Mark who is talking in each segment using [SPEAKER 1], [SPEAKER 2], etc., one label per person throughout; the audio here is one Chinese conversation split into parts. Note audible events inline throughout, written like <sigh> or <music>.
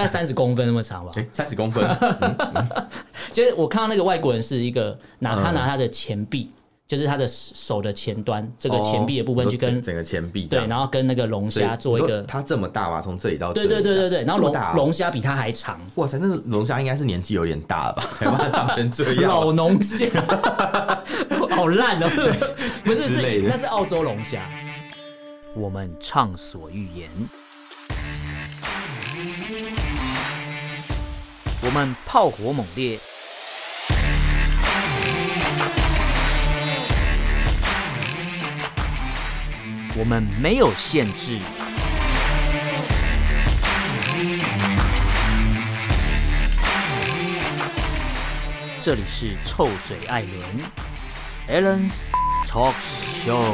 [SPEAKER 1] 在三十公分那么长吧。
[SPEAKER 2] 哎，三十公分，
[SPEAKER 1] 就是我看到那个外国人是一个拿
[SPEAKER 2] 嗯
[SPEAKER 1] 他拿他的前臂，就是他的手的前端 <laughs> 这个前臂的部分去
[SPEAKER 2] 哦
[SPEAKER 1] 跟
[SPEAKER 2] 整整个前臂这
[SPEAKER 1] 对，
[SPEAKER 2] 样，
[SPEAKER 1] 然后跟那个龙
[SPEAKER 2] 所以
[SPEAKER 1] 虾做一
[SPEAKER 2] 你说
[SPEAKER 1] 个，
[SPEAKER 2] 它这么大嘛，从这里到这
[SPEAKER 1] 对
[SPEAKER 2] 里
[SPEAKER 1] 对对对
[SPEAKER 2] 这
[SPEAKER 1] 对，
[SPEAKER 2] 样
[SPEAKER 1] 然后
[SPEAKER 2] 这么
[SPEAKER 1] 龙
[SPEAKER 2] 大哦
[SPEAKER 1] 龙虾比它还长，
[SPEAKER 2] 哇塞，那个龙虾应该是年纪有点大了吧， <laughs> 才把它长成这样。
[SPEAKER 1] <laughs> 老龙虾， <laughs> 好烂哦！不是
[SPEAKER 2] 之
[SPEAKER 1] 是，
[SPEAKER 2] 类的
[SPEAKER 1] 那是澳洲龙虾。我们畅所欲言，我们炮火猛烈，我们没有限制。这里是臭嘴艾伦 （Allen's Talk Show）。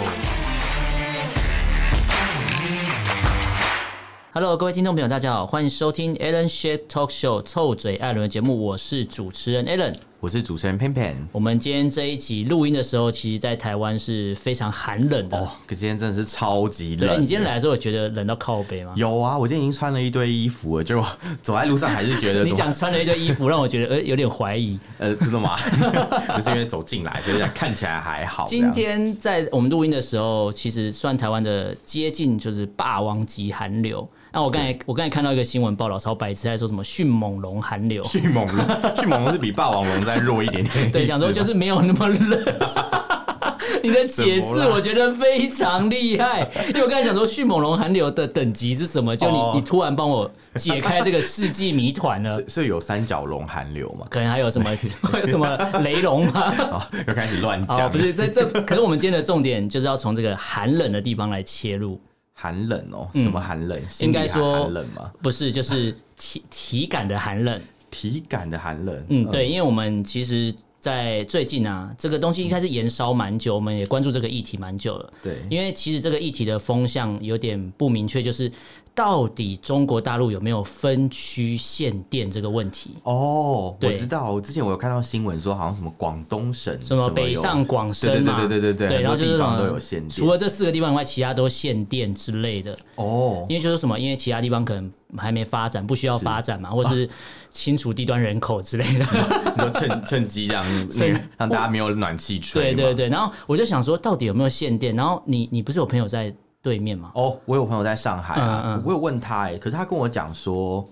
[SPEAKER 1] Hello，各位听众朋友，大家好，欢迎收听 Allen Shit Talk Show 臭嘴艾伦的节目，我是主持人 Allen。
[SPEAKER 2] 我是主持人 Pan Pan。
[SPEAKER 1] 我们今天这一集录音的时候，其实在台湾是非常寒冷的。
[SPEAKER 2] 哦，可今天真的是超级
[SPEAKER 1] 对，
[SPEAKER 2] 冷。
[SPEAKER 1] 你今天来的时候，觉得冷到靠背吗？
[SPEAKER 2] 有啊，我今天已经穿了一堆衣服了，结果走在路上还是觉
[SPEAKER 1] <laughs>
[SPEAKER 2] 得
[SPEAKER 1] 你
[SPEAKER 2] 怎么
[SPEAKER 1] 讲穿了一堆衣服，让我觉得呃有点怀疑。
[SPEAKER 2] 呃，真的吗？ <laughs> 不是因为走进来，所以看起来还好。
[SPEAKER 1] 今天在我们录音的时候，其实算台湾的接近就是霸王级寒流。那我刚才我刚才看到一个新闻报道，超白痴在说什么迅猛龙寒流，
[SPEAKER 2] 这样迅猛龙，迅猛龙是比霸王龙再弱一点点。
[SPEAKER 1] 对，想说就是没有那么冷。
[SPEAKER 2] <laughs>
[SPEAKER 1] 你的解释
[SPEAKER 2] 怎么啦
[SPEAKER 1] 我觉得非常厉害，因为我刚才想说迅猛龙寒流的等级是什么，就你、
[SPEAKER 2] 哦
[SPEAKER 1] 你突然帮我解开这个世纪谜团了
[SPEAKER 2] <laughs> 所。以所以有三角龙寒流嘛？
[SPEAKER 1] 可能还有
[SPEAKER 2] <laughs>
[SPEAKER 1] 什么什么雷龙吗？
[SPEAKER 2] 啊，又开始乱
[SPEAKER 1] 啊，
[SPEAKER 2] 讲。 <laughs>
[SPEAKER 1] 不是，这这可是我们今天的重点就是要从这个寒冷的地方来切入。
[SPEAKER 2] 寒冷哦，什么寒冷？
[SPEAKER 1] 嗯
[SPEAKER 2] 心
[SPEAKER 1] 应
[SPEAKER 2] 里
[SPEAKER 1] 该
[SPEAKER 2] 寒
[SPEAKER 1] 说
[SPEAKER 2] 寒冷吗？
[SPEAKER 1] 不是，就是体体感的寒冷。
[SPEAKER 2] 体感的寒冷。
[SPEAKER 1] 嗯，对，因为我们其实，在最近啊，这个东西应该是延烧蛮久，我们也关注这个议题蛮久了。
[SPEAKER 2] 对，
[SPEAKER 1] 因为其实这个议题的风向有点不明确，就是到底中国大陆有没有分区限电这个问题？
[SPEAKER 2] 哦，我
[SPEAKER 1] 对
[SPEAKER 2] 知道，我之前我有看到新闻说，好像什么广东省
[SPEAKER 1] 什么
[SPEAKER 2] 有
[SPEAKER 1] 北上广深嘛，
[SPEAKER 2] 对对对对
[SPEAKER 1] 对，
[SPEAKER 2] 对对很多
[SPEAKER 1] 然后就是
[SPEAKER 2] 地
[SPEAKER 1] 什
[SPEAKER 2] 方
[SPEAKER 1] 么
[SPEAKER 2] 都有限电
[SPEAKER 1] 除了这四个地方以外，其他都限电之类的。
[SPEAKER 2] 哦，
[SPEAKER 1] <laughs> 因为就是什么，因为其他地方可能还没发展，不需要发展嘛，或是清除低端人口之类的。
[SPEAKER 2] 你就趁趁机这样，那个让大家没有暖气吹
[SPEAKER 1] 对
[SPEAKER 2] 嘛。
[SPEAKER 1] 对对，然后我就想说，到底有没有限电？然后你你不是有朋友在对面吗？
[SPEAKER 2] 哦，我有朋友在上海
[SPEAKER 1] 嗯
[SPEAKER 2] 啊
[SPEAKER 1] 嗯，
[SPEAKER 2] 我有问他哎，可是他跟我讲说，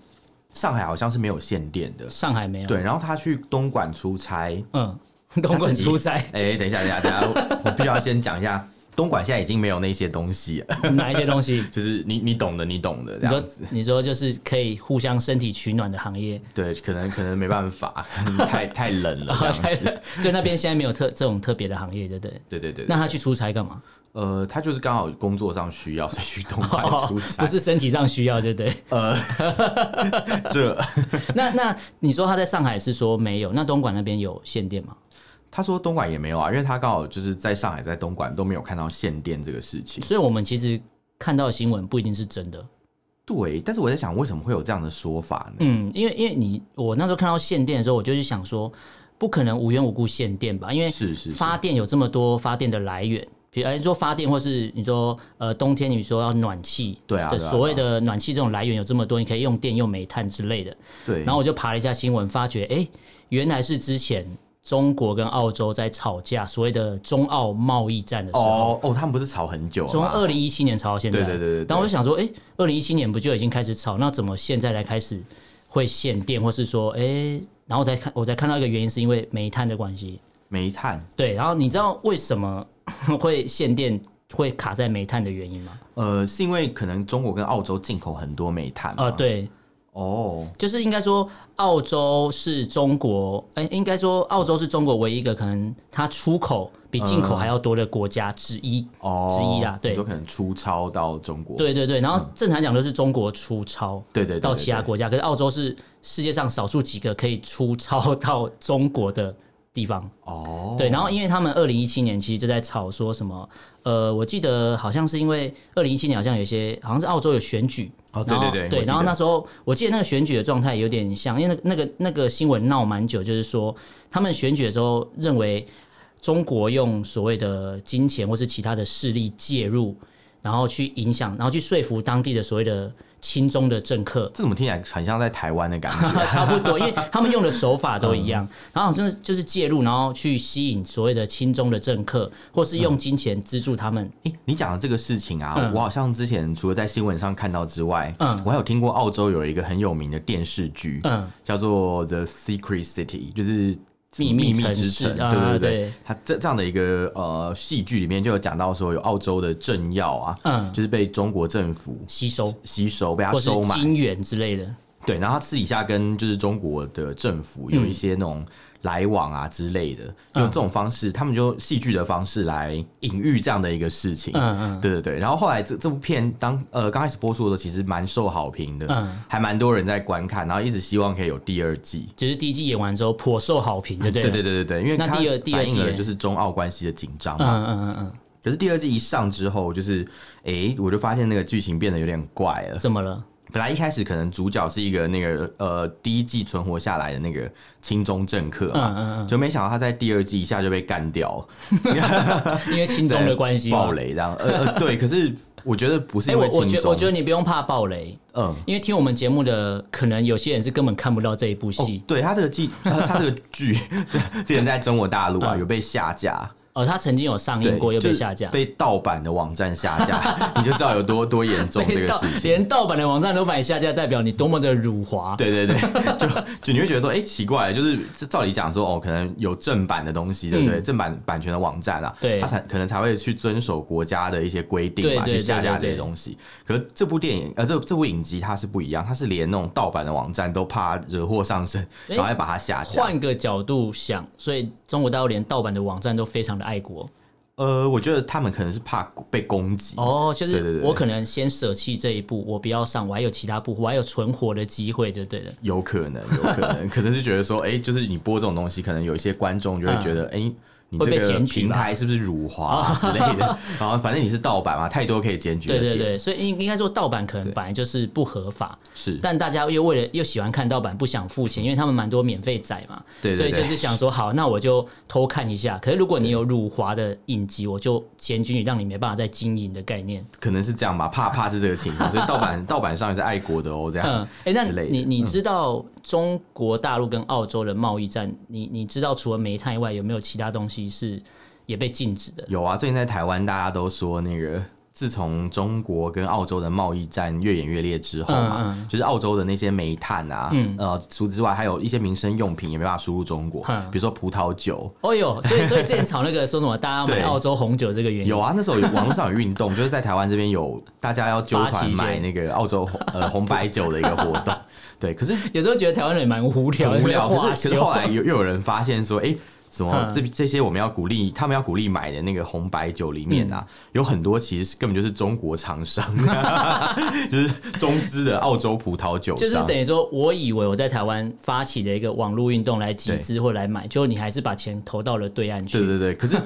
[SPEAKER 2] 上海好像是没有限电的。
[SPEAKER 1] 上海没有？，
[SPEAKER 2] 对，然后他去东莞出差，
[SPEAKER 1] 嗯， <laughs> 东莞出差
[SPEAKER 2] 哎，等一下，等一下，等一下，我 <laughs> 我必须要先讲一下，东莞现在已经没有那些东西了， <laughs>
[SPEAKER 1] 哪一些东西？
[SPEAKER 2] 就是你你懂的，你懂的，
[SPEAKER 1] 你
[SPEAKER 2] 这样
[SPEAKER 1] 说
[SPEAKER 2] 子。
[SPEAKER 1] 你说就是可以互相身体取暖的行业，
[SPEAKER 2] 对，可能可能没办法， <laughs> 太太冷
[SPEAKER 1] <laughs>
[SPEAKER 2] 了，这样子。
[SPEAKER 1] 就那边现在没有特这种特别的行业，对不对？
[SPEAKER 2] 对对对，对
[SPEAKER 1] 那他去出差干嘛？
[SPEAKER 2] 呃，他就是刚好工作上需要，所以 <laughs> 去东莞
[SPEAKER 1] 哦
[SPEAKER 2] 出
[SPEAKER 1] <laughs>
[SPEAKER 2] 差。
[SPEAKER 1] 不是身体上需要，对不对？
[SPEAKER 2] <laughs>
[SPEAKER 1] <laughs>
[SPEAKER 2] 这，
[SPEAKER 1] 那那你说他在上海是说没有，那东莞那边有限电吗？
[SPEAKER 2] 他说东莞也没有啊，因为他刚好就是在上海、在东莞都没有看到限电这个事情。
[SPEAKER 1] 所以我们其实看到的新闻不一定是真的。
[SPEAKER 2] 对，但是我在想，为什么会有这样的说法呢？
[SPEAKER 1] 嗯，因为因为你我那时候看到限电的时候，我就去想说，不可能无缘无故限电吧？因为
[SPEAKER 2] 是是是
[SPEAKER 1] 嗯发电有这么多发电的来源，比如哎说发电，或是你说呃冬天你说要暖气，
[SPEAKER 2] 对啊
[SPEAKER 1] 这
[SPEAKER 2] 对啊
[SPEAKER 1] 所谓的暖气这种来源有这么多，你可以用电用煤炭之类的。
[SPEAKER 2] 对，
[SPEAKER 1] 然后我就爬了一下新闻，发觉哎、原来是之前中国跟澳洲在吵架，所谓的中澳贸易战的时候。
[SPEAKER 2] 哦哦，他们不是吵很久了吗
[SPEAKER 1] 从二零一七年吵到现在，
[SPEAKER 2] 对对对对对
[SPEAKER 1] 然后我就想说，哎、二零一七年不就已经开始吵，那怎么现在才开始会限电，或是说，哎、然后才看我才看到一个原因，是因为煤炭的关系。
[SPEAKER 2] 煤炭，
[SPEAKER 1] 对，然后你知道为什么 <laughs> 会限电会卡在煤炭的原因吗？
[SPEAKER 2] 呃，是因为可能中国跟澳洲进口很多煤炭
[SPEAKER 1] 啊、
[SPEAKER 2] 吗，
[SPEAKER 1] 对，
[SPEAKER 2] 哦，
[SPEAKER 1] 就是应该说，澳洲是中国，哎、应该说澳洲是中国唯一一个可能它出口比进
[SPEAKER 2] 嗯
[SPEAKER 1] 口还要多的国家之一。
[SPEAKER 2] 哦，
[SPEAKER 1] 之一啊啦对
[SPEAKER 2] 有可能出超到中国，
[SPEAKER 1] 对对对，然
[SPEAKER 2] 嗯
[SPEAKER 1] 后正常讲都是中国出超，
[SPEAKER 2] 对对对对
[SPEAKER 1] 到其他
[SPEAKER 2] 对
[SPEAKER 1] 国家，可是澳洲是世界上少数几个可以出超到中国的地方。
[SPEAKER 2] 哦，
[SPEAKER 1] 对，然后因为他们二零一七年其实就在吵说什么，呃，我记得好像是因为二零一七年好像有一些好像是澳洲有选举，
[SPEAKER 2] 哦对
[SPEAKER 1] 然后
[SPEAKER 2] 对对我
[SPEAKER 1] 对，
[SPEAKER 2] 记
[SPEAKER 1] 然后
[SPEAKER 2] 得
[SPEAKER 1] 那时候我记得那个选举的状态有点像，因为那个那个那个新闻闹蛮久，就是说他们选举的时候认为中国用所谓的金钱或是其他的势力介入，然后去影响，然后去说服当地的所谓的亲中的政客，
[SPEAKER 2] 这怎么听起来很像在台湾的
[SPEAKER 1] <laughs>
[SPEAKER 2] 感觉？
[SPEAKER 1] 差不
[SPEAKER 2] <laughs>
[SPEAKER 1] 多，因为他们用的手法都一样，然后就是就是介入，然后去吸引所谓的亲中的政客，或是用金钱资助他们。
[SPEAKER 2] 诶你讲的这个事情啊，
[SPEAKER 1] 嗯
[SPEAKER 2] 我好像之前除了在新闻上看到之外，
[SPEAKER 1] 嗯
[SPEAKER 2] 我还有听过澳洲有一个很有名的电视剧，
[SPEAKER 1] 嗯
[SPEAKER 2] 叫做《The Secret City》，就是。
[SPEAKER 1] 秘密
[SPEAKER 2] 密
[SPEAKER 1] 城
[SPEAKER 2] 之
[SPEAKER 1] 市
[SPEAKER 2] 城，
[SPEAKER 1] 啊
[SPEAKER 2] 对
[SPEAKER 1] 对
[SPEAKER 2] 对对，它这这样的一个呃戏剧里面就有讲到说，有澳洲的政要啊，
[SPEAKER 1] 嗯
[SPEAKER 2] 就是被中国政府
[SPEAKER 1] 吸收
[SPEAKER 2] 吸收，被它
[SPEAKER 1] 或是
[SPEAKER 2] 收买，
[SPEAKER 1] 金元之类的。
[SPEAKER 2] 对，然后他私底下跟就是中国的政府
[SPEAKER 1] 嗯
[SPEAKER 2] 有一些那种来往啊之类的，用这种方式，他们就用戏剧的方式来隐喻这样的一个事情。
[SPEAKER 1] 嗯嗯
[SPEAKER 2] 对对对。然后后来这这部片当呃刚开始播出的时候，其实蛮受好评的，
[SPEAKER 1] 嗯
[SPEAKER 2] 还蛮多人在观看，然后一直希望可以有第二季。
[SPEAKER 1] 就是第一季演完之后颇受好评，对不对？
[SPEAKER 2] 对对对对对，因为
[SPEAKER 1] 那
[SPEAKER 2] 它
[SPEAKER 1] 第二第二
[SPEAKER 2] 反映
[SPEAKER 1] 季
[SPEAKER 2] 了
[SPEAKER 1] 耶
[SPEAKER 2] 就是中澳关系的紧张嘛。
[SPEAKER 1] 嗯嗯嗯嗯，
[SPEAKER 2] 可是第二季一上之后，就是诶，我就发现那个剧情变得有点怪了。
[SPEAKER 1] 怎么了？
[SPEAKER 2] 本来一开始可能主角是一个那个呃第一季存活下来的那个亲中政客
[SPEAKER 1] 嗯
[SPEAKER 2] 嘛，
[SPEAKER 1] 嗯
[SPEAKER 2] 就没想到他在第二季一下就被干掉，
[SPEAKER 1] 嗯，因为亲中的关
[SPEAKER 2] <laughs>
[SPEAKER 1] 系嘛
[SPEAKER 2] 暴。雷这样。呃呃，
[SPEAKER 1] <laughs>
[SPEAKER 2] 对，可是我觉得不是
[SPEAKER 1] 哎，
[SPEAKER 2] 因
[SPEAKER 1] 我
[SPEAKER 2] 为
[SPEAKER 1] 我
[SPEAKER 2] 亲
[SPEAKER 1] 觉
[SPEAKER 2] 中，
[SPEAKER 1] 我觉得你不用怕暴雷，
[SPEAKER 2] 嗯。
[SPEAKER 1] 因为听我们节目的可能有些人是根本看不到这一部
[SPEAKER 2] 哦
[SPEAKER 1] 戏，
[SPEAKER 2] 对他这个剧，他他这个剧 <laughs> 之前在中国大陆啊有被下架，
[SPEAKER 1] 哦，他曾经有上映
[SPEAKER 2] 对，
[SPEAKER 1] 嗯过又被
[SPEAKER 2] 就是
[SPEAKER 1] 下架，
[SPEAKER 2] 被盗版的网站下
[SPEAKER 1] <laughs>
[SPEAKER 2] 架，你就知道有多多严重这
[SPEAKER 1] 被
[SPEAKER 2] 个
[SPEAKER 1] 盗
[SPEAKER 2] 事情。
[SPEAKER 1] 连盗版的网站都把你下架，代表你多么的辱华。
[SPEAKER 2] 对对对，就就你会觉得说，哎、奇怪，就是这照理讲说，哦，可能有正版的东西，对不对？
[SPEAKER 1] 嗯
[SPEAKER 2] 正版版权的网站啊，
[SPEAKER 1] 对
[SPEAKER 2] 它才可能才会去遵守国家的一些规定嘛，
[SPEAKER 1] 对对
[SPEAKER 2] 去下
[SPEAKER 1] 对
[SPEAKER 2] 架
[SPEAKER 1] 对
[SPEAKER 2] 这些
[SPEAKER 1] 对
[SPEAKER 2] 东西。可是这部电影，呃，这这部影集它是不一样，它是连那种盗版的网站都怕惹祸上身，
[SPEAKER 1] 诶
[SPEAKER 2] 赶快把它下架。
[SPEAKER 1] 换个角度想，所以中国大陆连盗版的网站都非常的爱国
[SPEAKER 2] 呃，我觉得他们可能是怕被攻击。
[SPEAKER 1] 哦，就
[SPEAKER 2] 对对
[SPEAKER 1] 是
[SPEAKER 2] 对
[SPEAKER 1] 我可能先舍弃这一步，我不要上，我还有其他部，我还有存活的机会，就对了。
[SPEAKER 2] 有可
[SPEAKER 1] <laughs>
[SPEAKER 2] 能，有可能，可能是觉得说，哎、就是你播这种东西，可能有一些观众就会觉得，哎、
[SPEAKER 1] 嗯
[SPEAKER 2] 你
[SPEAKER 1] 会
[SPEAKER 2] 这
[SPEAKER 1] 被
[SPEAKER 2] 个
[SPEAKER 1] 检举
[SPEAKER 2] 平
[SPEAKER 1] 吧
[SPEAKER 2] 台是不是辱华
[SPEAKER 1] <laughs>
[SPEAKER 2] 啊之类的？然后反正你是盗版嘛，太多可以检举的
[SPEAKER 1] 对
[SPEAKER 2] 点。
[SPEAKER 1] 对对，所以应应该说盗版可能本来就是不合法，
[SPEAKER 2] 是。
[SPEAKER 1] 但大家又为了又喜欢看盗版，不想付钱，因为他们蛮多免费仔嘛，
[SPEAKER 2] 对对
[SPEAKER 1] 所以
[SPEAKER 2] 对
[SPEAKER 1] 就是想说好，那我就偷看一下。可是如果你有辱华的影集，我就检举你，让你没办法再经营的概念。
[SPEAKER 2] 可能是这样吧，怕怕是这个情况，所以盗版 <laughs> 盗版上也是爱国的哦，这
[SPEAKER 1] 嗯
[SPEAKER 2] 样，
[SPEAKER 1] 哎、那
[SPEAKER 2] 之类的嗯
[SPEAKER 1] 你你知道中国大陆跟澳洲的贸易战，你你知道除了煤炭以外，有没有其他东西是也被禁止的？
[SPEAKER 2] 有啊。最近在台湾，大家都说那个，自从中国跟澳洲的贸易战越演越烈之后嘛，
[SPEAKER 1] 嗯
[SPEAKER 2] 就是澳洲的那些煤炭啊，呃，除此之外，还有一些民生用品也没办法输入中国，
[SPEAKER 1] 嗯
[SPEAKER 2] 比如说葡萄酒。
[SPEAKER 1] 哦哟，所以所以之前炒那个说什么大家买
[SPEAKER 2] 对
[SPEAKER 1] 澳洲红酒这个原因，
[SPEAKER 2] 有啊，那时候有网络上有运动， <laughs> 就是在台湾这边有大家要纠
[SPEAKER 1] 发 <laughs>
[SPEAKER 2] 团
[SPEAKER 1] 起一些
[SPEAKER 2] 买那个澳洲红呃红白酒的一个活动，对，可是
[SPEAKER 1] 有时候觉得台湾人也蛮无聊的，
[SPEAKER 2] 很无聊。
[SPEAKER 1] 花
[SPEAKER 2] 可是可是
[SPEAKER 1] 休
[SPEAKER 2] 后来又又有人发现说，哎、怎么
[SPEAKER 1] 嗯
[SPEAKER 2] 这这些我们要鼓励，他们要鼓励买的那个红白酒里面
[SPEAKER 1] 嗯
[SPEAKER 2] 啊，有很多其实是根本就是中国厂商， <laughs> 就是中资的澳洲葡萄酒
[SPEAKER 1] 就是
[SPEAKER 2] 商。
[SPEAKER 1] 等于说，我以为我在台湾发起的一个网络运动来集资或来买，结果你还是把钱投到了对岸去。
[SPEAKER 2] 对对对，可是。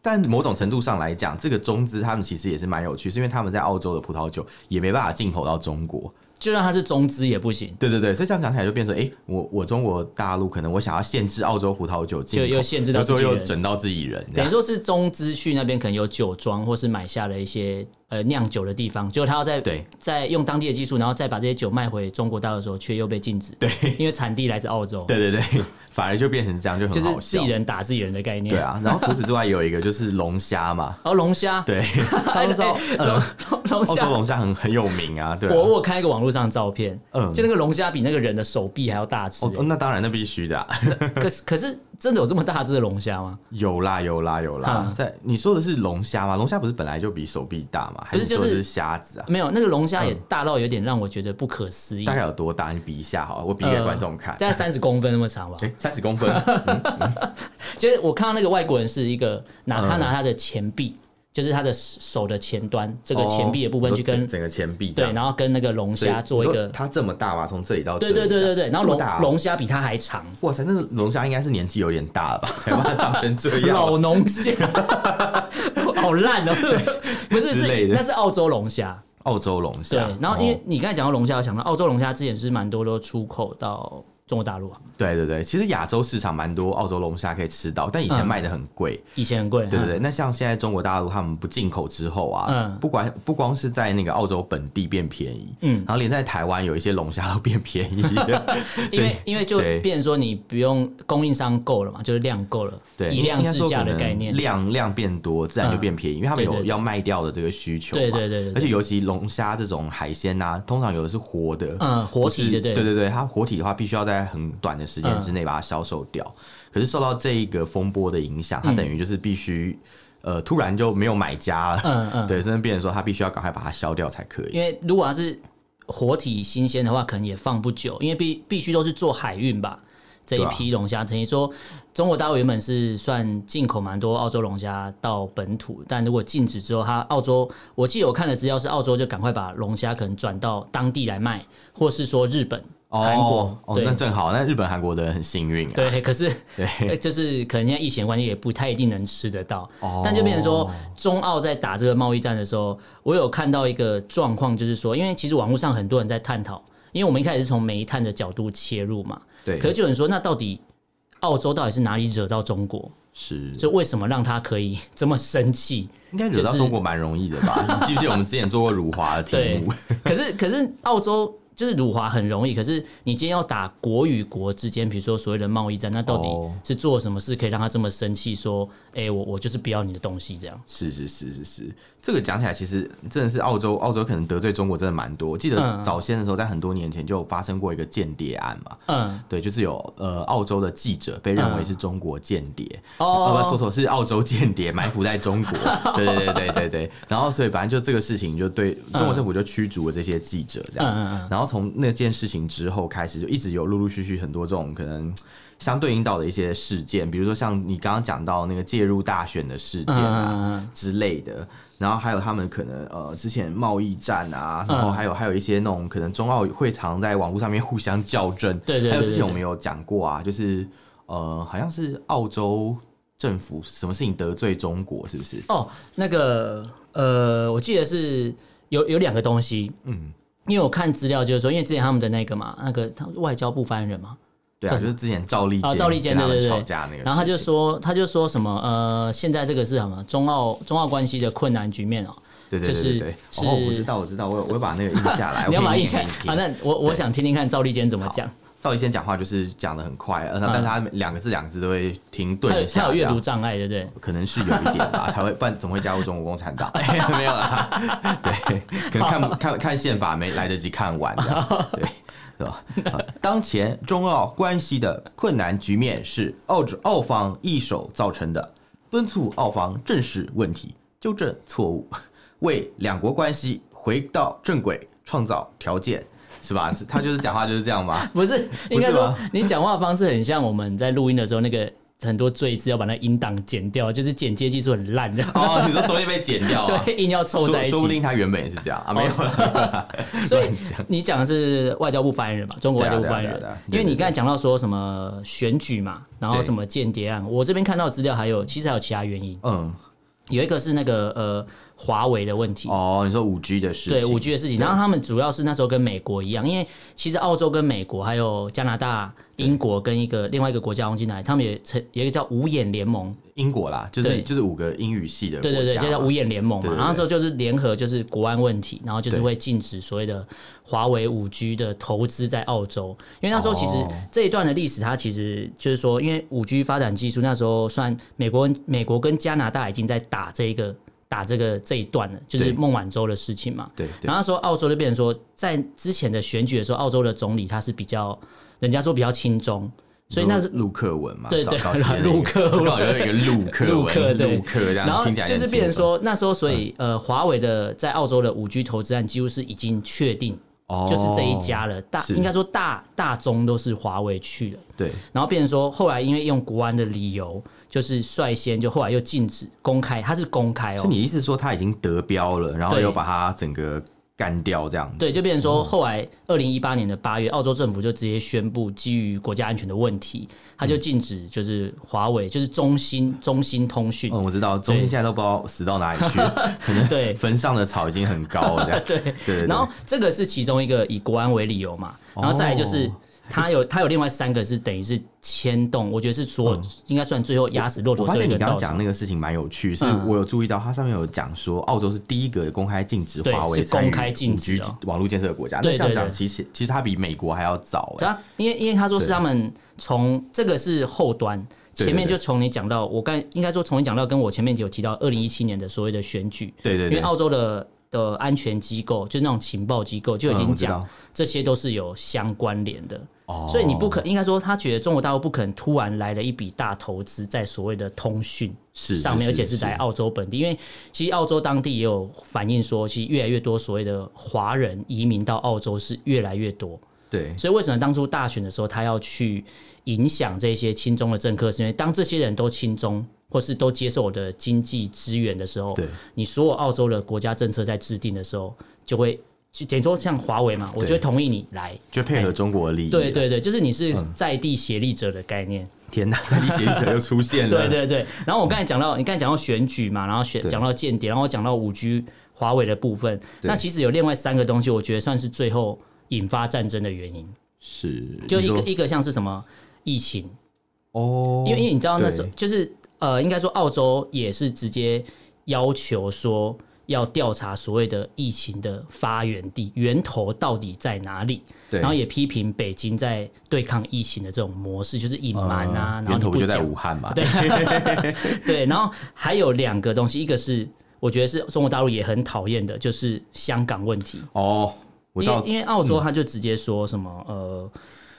[SPEAKER 2] 但某种程度上来讲，这个中资他们其实也是蛮有趣，是因为他们在澳洲的葡萄酒也没办法进口到中国。
[SPEAKER 1] 就算它是中资也不行，
[SPEAKER 2] 对对对，所以这样讲起来就变成，哎、我我中国大陆可能我想要限制澳洲葡萄酒进口，
[SPEAKER 1] 就又限制到
[SPEAKER 2] 最后
[SPEAKER 1] 自己
[SPEAKER 2] 又
[SPEAKER 1] 人
[SPEAKER 2] 整到自己人，这
[SPEAKER 1] 等
[SPEAKER 2] 样
[SPEAKER 1] 于说是中资去那边可能有酒庄，或是买下了一些呃酿酒的地方，结果他要在
[SPEAKER 2] 对
[SPEAKER 1] 在用当地的技术，然后再把这些酒卖回中国大陆的时候，却又被禁止。
[SPEAKER 2] 对，
[SPEAKER 1] 因为产地来自澳洲，
[SPEAKER 2] 对对对， <laughs> 反而就变成这样，就
[SPEAKER 1] 就
[SPEAKER 2] 很
[SPEAKER 1] 是
[SPEAKER 2] 好
[SPEAKER 1] 自
[SPEAKER 2] 笑。
[SPEAKER 1] 己人打自己人的概念。
[SPEAKER 2] 对，啊，然后除此之外有一个就是龙虾嘛，
[SPEAKER 1] 然后龙虾， <laughs> 哎
[SPEAKER 2] 对，大家都知 <laughs> 道，呃，
[SPEAKER 1] 龙
[SPEAKER 2] 澳洲
[SPEAKER 1] 虾。
[SPEAKER 2] 龙虾很很有名啊，对啊
[SPEAKER 1] 我我有看一个网络上的照片，
[SPEAKER 2] 嗯
[SPEAKER 1] 就那个龙虾比那个人的手臂还要大只、
[SPEAKER 2] 哦，哦那当然，那必须的啊、
[SPEAKER 1] 可是可是真的有这么大只的龙虾吗？
[SPEAKER 2] 有啦有啦有啦
[SPEAKER 1] 哈，
[SPEAKER 2] 在你说的是龙虾吗？龙虾不是本来就比手臂大吗？还
[SPEAKER 1] 不是
[SPEAKER 2] 你说
[SPEAKER 1] 就
[SPEAKER 2] 的
[SPEAKER 1] 是
[SPEAKER 2] 是虾子啊？
[SPEAKER 1] 没有，那个龙虾也大到有点让我觉得不可思议
[SPEAKER 2] 大，概有多大？你比一下好了，我比
[SPEAKER 1] 呃
[SPEAKER 2] 给观众看
[SPEAKER 1] 大。概三十公分那么长吧。
[SPEAKER 2] 哎，三十
[SPEAKER 1] <laughs>
[SPEAKER 2] 公分，
[SPEAKER 1] 其实我看到那个外国人是一个拿他
[SPEAKER 2] 嗯
[SPEAKER 1] 拿他的前臂，就是他的手的前端这个前臂的部分
[SPEAKER 2] 哦
[SPEAKER 1] 去跟
[SPEAKER 2] 整整个前臂这
[SPEAKER 1] 对，
[SPEAKER 2] 样，
[SPEAKER 1] 然后跟那个龙
[SPEAKER 2] 所以
[SPEAKER 1] 虾做一
[SPEAKER 2] 你说
[SPEAKER 1] 个，
[SPEAKER 2] 它这么大嘛，从这里到
[SPEAKER 1] 对
[SPEAKER 2] 这里这
[SPEAKER 1] 对
[SPEAKER 2] 样，
[SPEAKER 1] 对对对，然后
[SPEAKER 2] 这么
[SPEAKER 1] 龙
[SPEAKER 2] 大啊
[SPEAKER 1] 龙虾比它还长，
[SPEAKER 2] 哇塞，那个龙虾应该是年纪有点大
[SPEAKER 1] <laughs>
[SPEAKER 2] 了吧，才把它长成这样。
[SPEAKER 1] 老龙虾， <laughs> 好烂哦， <laughs> 不是
[SPEAKER 2] 之类
[SPEAKER 1] 是
[SPEAKER 2] 的啊
[SPEAKER 1] 那是澳洲龙虾，
[SPEAKER 2] 澳洲龙
[SPEAKER 1] 对
[SPEAKER 2] 虾，，哦
[SPEAKER 1] 然后因为你刚才讲到龙虾，我想到澳洲龙虾之前是蛮多都出口到中国大陆啊，
[SPEAKER 2] 对对对，其实亚洲市场蛮多澳洲龙虾可以吃到，但以前
[SPEAKER 1] 嗯
[SPEAKER 2] 卖的很贵。
[SPEAKER 1] 以前很贵，
[SPEAKER 2] 对对
[SPEAKER 1] 嗯
[SPEAKER 2] 对，那像现在中国大陆他们不进口之后啊，
[SPEAKER 1] 嗯
[SPEAKER 2] 不管不光是在那个澳洲本地变便宜，
[SPEAKER 1] 嗯
[SPEAKER 2] 然后连在台湾有一些龙虾都变便宜，
[SPEAKER 1] 因
[SPEAKER 2] 所以
[SPEAKER 1] 为因为就
[SPEAKER 2] 对
[SPEAKER 1] 变成说你不用供应商够了嘛，就是量够了，
[SPEAKER 2] 对
[SPEAKER 1] 以量
[SPEAKER 2] 应该
[SPEAKER 1] 制
[SPEAKER 2] 说
[SPEAKER 1] 价
[SPEAKER 2] 可
[SPEAKER 1] 的
[SPEAKER 2] 能
[SPEAKER 1] 概念，
[SPEAKER 2] 量量变多，自然就
[SPEAKER 1] 嗯
[SPEAKER 2] 变便宜，因为他
[SPEAKER 1] 对
[SPEAKER 2] 们有
[SPEAKER 1] 对对
[SPEAKER 2] 要卖掉的这个需求嘛。
[SPEAKER 1] 对对对对对
[SPEAKER 2] 而且尤其龙虾这种海鲜呐，通常有的是活的，
[SPEAKER 1] 嗯活体的
[SPEAKER 2] 不是
[SPEAKER 1] 对
[SPEAKER 2] 对对对，它活体的话必须要在很短的时间之内把它销售掉。可是受到这一个风波的影
[SPEAKER 1] 嗯
[SPEAKER 2] 响，它等于就是必须。呃，突然就没有买家了，
[SPEAKER 1] 嗯嗯
[SPEAKER 2] 对，甚至变成说他必须要赶快把它消掉才可以。
[SPEAKER 1] 因为如果它是活体新鲜的话，可能也放不久，因为
[SPEAKER 2] 啊
[SPEAKER 1] 必必须都是做海运吧。这一
[SPEAKER 2] 对啊
[SPEAKER 1] 批龙虾，等于说中国大陆原本是算进口蛮多澳洲龙虾到本土，但如果禁止之后，它澳洲，我记得我看的资料是澳洲就赶快把龙虾可能转到当地来卖，或是说日本、
[SPEAKER 2] 哦
[SPEAKER 1] 韩国，
[SPEAKER 2] 哦，
[SPEAKER 1] 对
[SPEAKER 2] 那正好，那日本、韩国的人很幸运啊。
[SPEAKER 1] 对，可
[SPEAKER 2] <laughs>
[SPEAKER 1] 是呃就是可能现在疫情的关系，也不太一定能吃得到。
[SPEAKER 2] 哦
[SPEAKER 1] 但就变成说，中澳在打这个贸易战的时候，我有看到一个状况，就是说，因为其实网络上很多人在探讨，因为我们一开始是从煤炭的角度切入嘛，
[SPEAKER 2] 对，
[SPEAKER 1] 可是就有人说，那到底澳洲到底是哪里惹到中国？
[SPEAKER 2] 是
[SPEAKER 1] 就为什么让他可以 <laughs> 这么生气？
[SPEAKER 2] 应该惹到
[SPEAKER 1] 就是
[SPEAKER 2] 中国蛮容易的吧？你记不记得我们之前做过辱华的题
[SPEAKER 1] 对
[SPEAKER 2] 目？
[SPEAKER 1] <laughs> 可是可是澳洲。就是辱华很容易，可是你今天要打国与国之间，比如说所谓的贸易战，那到底
[SPEAKER 2] 哦
[SPEAKER 1] 是做什么事可以让他这么生气？说，哎、我我就是不要你的东西，这
[SPEAKER 2] <laughs>
[SPEAKER 1] 样。
[SPEAKER 2] 是是是是是，这个讲起来其实真的是澳洲，澳洲可能得罪中国真的蛮多。我记
[SPEAKER 1] 嗯
[SPEAKER 2] 得
[SPEAKER 1] 嗯
[SPEAKER 2] 早先的时候，在很多年前就有发生过一个间谍案嘛，
[SPEAKER 1] 嗯，
[SPEAKER 2] 对，就是有呃澳洲的记者被认为是中国间谍，
[SPEAKER 1] 哦
[SPEAKER 2] 呃不，说错是澳洲间谍埋伏在中国，对对对对对对。然后所以反正就这个事情就对中国政府就驱逐了这些记者这
[SPEAKER 1] 嗯
[SPEAKER 2] 样，
[SPEAKER 1] 嗯嗯
[SPEAKER 2] 然后从那件事情之后开始，就一直有陆陆续续很多这种可能。相对应到的一些事件，比如说像你刚刚讲到那个介入大选的事件啊，
[SPEAKER 1] 嗯嗯
[SPEAKER 2] 之类的，然后还有他们可能呃之前贸易战啊，
[SPEAKER 1] 嗯
[SPEAKER 2] 然后还有、还有一些那种可能中澳会常在网络上面互相较真，
[SPEAKER 1] 对对对
[SPEAKER 2] 还有之
[SPEAKER 1] 对
[SPEAKER 2] 前
[SPEAKER 1] 对
[SPEAKER 2] 我们有讲过啊，就是呃好像是澳洲政府什么事情得罪中国是不是？
[SPEAKER 1] 哦，那个呃，我记得是有有两个东西，
[SPEAKER 2] 嗯，
[SPEAKER 1] 因为我看资料就是说，因为之前他们的那个嘛，那个他外交部发言人嘛，
[SPEAKER 2] 对啊，就是之前赵立坚、
[SPEAKER 1] 啊赵立坚
[SPEAKER 2] 跟他们
[SPEAKER 1] 对对对
[SPEAKER 2] 吵架那个，
[SPEAKER 1] 然后他就，说他就说什么呃，现在这个是什么中澳中澳关系的困难局面哦，
[SPEAKER 2] 对对对对对，
[SPEAKER 1] 就是
[SPEAKER 2] 哦
[SPEAKER 1] 是
[SPEAKER 2] 我知道我知道，我有我有把那个印
[SPEAKER 1] <laughs>
[SPEAKER 2] 下来，
[SPEAKER 1] 你要
[SPEAKER 2] 我
[SPEAKER 1] 把
[SPEAKER 2] 可
[SPEAKER 1] 印
[SPEAKER 2] 以念
[SPEAKER 1] 象
[SPEAKER 2] 给你听
[SPEAKER 1] 啊，那我我想听听看赵立坚怎么讲，
[SPEAKER 2] 赵立坚讲话就是讲的很快，呃，但是他两个字两个字都会停顿
[SPEAKER 1] 他有
[SPEAKER 2] 一
[SPEAKER 1] 嗯
[SPEAKER 2] 下，
[SPEAKER 1] 他有阅
[SPEAKER 2] 这样
[SPEAKER 1] 读障碍，对不对？
[SPEAKER 2] 可能是有一点
[SPEAKER 1] <laughs>
[SPEAKER 2] 吧，才会不然怎么会加入中国共产党？
[SPEAKER 1] 哎
[SPEAKER 2] 没有啦， <laughs> 对，可能看不看看宪法没来得及看
[SPEAKER 1] <laughs>
[SPEAKER 2] 完，这样对，是吧？好当前中澳关系的困难局面是澳洲澳方一手造成的，敦促澳方正视问题，纠正错误， <laughs> 为两国关系回到正轨创造条件，是吧？是他就是讲话就是这样嘛，
[SPEAKER 1] 不是，应该说
[SPEAKER 2] 吗
[SPEAKER 1] 你讲话方式很像我们在录音的时候那个很多赘字要把那音档剪掉，就是剪接技术很烂的，
[SPEAKER 2] 哦，你说昨天被剪掉啊？
[SPEAKER 1] <laughs> 对，硬要凑
[SPEAKER 2] 说
[SPEAKER 1] 在一
[SPEAKER 2] 说不
[SPEAKER 1] 起。哦
[SPEAKER 2] 定他原本也是这样啊，没有啦，
[SPEAKER 1] 所以
[SPEAKER 2] 乱讲
[SPEAKER 1] 你讲的是外交部发言人嘛，中国外交部发言
[SPEAKER 2] 对啊对啊对
[SPEAKER 1] 人
[SPEAKER 2] 啊，对啊
[SPEAKER 1] 因为你刚才讲到说什么选举嘛，然后什么间谍案，我这边看到资料还有，其实还有其他原因，
[SPEAKER 2] <laughs> 嗯。
[SPEAKER 1] 有一个是那个呃华为的问题。
[SPEAKER 2] 哦，你说五 G 的事情？
[SPEAKER 1] 对五 G 的事情，然后他们主要是那时候跟美国一样，因为其实澳洲跟美国还有加拿大、英国跟一个另外一个国家忘记哪里，他们也成有一个叫五眼联盟，
[SPEAKER 2] 英国啦，就
[SPEAKER 1] 对
[SPEAKER 2] 是就是五个英语系的国
[SPEAKER 1] 对
[SPEAKER 2] 家嘛，
[SPEAKER 1] 对对，就叫五眼联盟嘛。
[SPEAKER 2] 对对对
[SPEAKER 1] 然后那时候就是联合，就是国安问题，然后就是会禁止所谓的华为五 G 的投资在澳洲，因为那时候其实
[SPEAKER 2] 哦
[SPEAKER 1] 这一段的历史，它其实就是说，因为五 G 发展技术那时候算美国美国跟加拿大已经在打这一个打这个这一段了，就是
[SPEAKER 2] 对
[SPEAKER 1] 孟晚舟的事情嘛。
[SPEAKER 2] 对对
[SPEAKER 1] 然后那时候澳洲就变成说，在之前的选举的时候，澳洲的总理他是比较，人家说比较亲中，所以那
[SPEAKER 2] 你
[SPEAKER 1] 是
[SPEAKER 2] 说陆克文嘛，
[SPEAKER 1] 对对
[SPEAKER 2] 早早
[SPEAKER 1] <laughs>
[SPEAKER 2] 期的那个
[SPEAKER 1] 陆克文
[SPEAKER 2] 刚好有一个陆克文
[SPEAKER 1] 陆克对
[SPEAKER 2] 陆克这样，
[SPEAKER 1] 然后
[SPEAKER 2] 啊听起来
[SPEAKER 1] 就是
[SPEAKER 2] 很
[SPEAKER 1] 变成
[SPEAKER 2] 清楚
[SPEAKER 1] 说，那时候所以、呃，华为的在澳洲的五 G 投资案几乎是已经确定，
[SPEAKER 2] 哦，
[SPEAKER 1] 就是这一家了。大
[SPEAKER 2] 是
[SPEAKER 1] 应该说大大宗都是华为去了。
[SPEAKER 2] 哦对
[SPEAKER 1] 然后变成说，后来因为用国安的理由，就是率先就后来又禁止公开，它是公开哦
[SPEAKER 2] 是。你意思说他已经得标了，然后
[SPEAKER 1] 对
[SPEAKER 2] 又把它整个干掉这样子？
[SPEAKER 1] 对，就变成
[SPEAKER 2] 嗯
[SPEAKER 1] 说，后来二零一八年的八月，澳洲政府就直接宣布，基于国家安全的问题，它
[SPEAKER 2] 嗯
[SPEAKER 1] 就禁止就是华为，就是中兴中兴通讯，
[SPEAKER 2] 嗯，我知道中
[SPEAKER 1] 对
[SPEAKER 2] 心现在都不知道死到哪里
[SPEAKER 1] <laughs>
[SPEAKER 2] 去，可能
[SPEAKER 1] 对，
[SPEAKER 2] 坟上的草已经很高了这样
[SPEAKER 1] <laughs> 。对
[SPEAKER 2] 对对对哦
[SPEAKER 1] 然后这个是其中一个以国安为理由嘛，然后再来就是。它有它有另外三个是等于是牵动，我觉得是所有、应该算最后压死骆
[SPEAKER 2] 嗯我
[SPEAKER 1] 驼
[SPEAKER 2] 发
[SPEAKER 1] 最后
[SPEAKER 2] 现
[SPEAKER 1] 一
[SPEAKER 2] 你
[SPEAKER 1] 根
[SPEAKER 2] 刚刚
[SPEAKER 1] 稻
[SPEAKER 2] 讲
[SPEAKER 1] 草。
[SPEAKER 2] 那个事情蛮有趣，是
[SPEAKER 1] 嗯
[SPEAKER 2] 我有注意到它上面有讲说，澳洲是第一个公开禁止
[SPEAKER 1] 对
[SPEAKER 2] 华为
[SPEAKER 1] 是公
[SPEAKER 2] 参与
[SPEAKER 1] 开禁止
[SPEAKER 2] 5G
[SPEAKER 1] 哦
[SPEAKER 2] 网络建设的国家。
[SPEAKER 1] 对
[SPEAKER 2] 那这样
[SPEAKER 1] 对
[SPEAKER 2] 讲，
[SPEAKER 1] 对
[SPEAKER 2] 其实其实它比美国还要早
[SPEAKER 1] 对
[SPEAKER 2] 哎。
[SPEAKER 1] 啊，因为因为他说是
[SPEAKER 2] 对
[SPEAKER 1] 他们从这个是后端，
[SPEAKER 2] 对对
[SPEAKER 1] 前面
[SPEAKER 2] 对
[SPEAKER 1] 就从你讲到我刚才应该说从你讲到跟我前面有提到二零一七年的所谓的选举，
[SPEAKER 2] 对对
[SPEAKER 1] 因为
[SPEAKER 2] 对，
[SPEAKER 1] 澳洲的的安全机构就是那种情报机构就已
[SPEAKER 2] 嗯
[SPEAKER 1] 经
[SPEAKER 2] 我知
[SPEAKER 1] 讲、
[SPEAKER 2] 道
[SPEAKER 1] 这些都是有相关联的。
[SPEAKER 2] 哦
[SPEAKER 1] 所以你不可应该说，他觉得中国大陆不可能突然来了一笔大投资在所谓的通讯
[SPEAKER 2] 是
[SPEAKER 1] 上面，而且是来澳洲本地，因为其实澳洲当地也有反映说，其实越来越多所谓的华人移民到澳洲是越来越多。
[SPEAKER 2] 对
[SPEAKER 1] 所以为什么当初大选的时候，他要去影响这些亲中的政客？是因为当这些人都亲中，或是都接受我的经济资源的时候，
[SPEAKER 2] 对
[SPEAKER 1] 你所有澳洲的国家政策在制定的时候，就会就等于说像华为嘛，我就会同意你来。
[SPEAKER 2] 就配合中国的利益。啊
[SPEAKER 1] 对，对对，就是你是
[SPEAKER 2] 嗯
[SPEAKER 1] 在地协力者的概念。
[SPEAKER 2] 天哪，在地协议者又出现
[SPEAKER 1] <laughs>
[SPEAKER 2] 了。
[SPEAKER 1] 对对对。然后我刚才讲到，你刚才讲到选举嘛，然后选
[SPEAKER 2] 对
[SPEAKER 1] 讲到间谍，然后讲到五 G 华为的部分。
[SPEAKER 2] 对
[SPEAKER 1] 那其实有另外三个东西，我觉得算是最后引发战争的原因，
[SPEAKER 2] 是
[SPEAKER 1] 就
[SPEAKER 2] 你
[SPEAKER 1] 一个
[SPEAKER 2] 说
[SPEAKER 1] 一个像是什么疫情，
[SPEAKER 2] 哦，
[SPEAKER 1] 因为因为你知道那时候
[SPEAKER 2] 对
[SPEAKER 1] 就是呃，应该说澳洲也是直接要求说要调查所谓的疫情的发源地源头到底在哪里，
[SPEAKER 2] 对
[SPEAKER 1] 然后也批评北京在对抗疫情的这种模式，就是隐瞒啊，
[SPEAKER 2] 嗯
[SPEAKER 1] 然后
[SPEAKER 2] 源头
[SPEAKER 1] 你不
[SPEAKER 2] 就在
[SPEAKER 1] 讲
[SPEAKER 2] 武汉嘛。
[SPEAKER 1] 对对，然后还有两个东西，一个是我觉得是中国大陆也很讨厌的，就是香港问题。
[SPEAKER 2] 哦，我知
[SPEAKER 1] 因为
[SPEAKER 2] 道
[SPEAKER 1] 因为澳洲他就直接说什么、呃，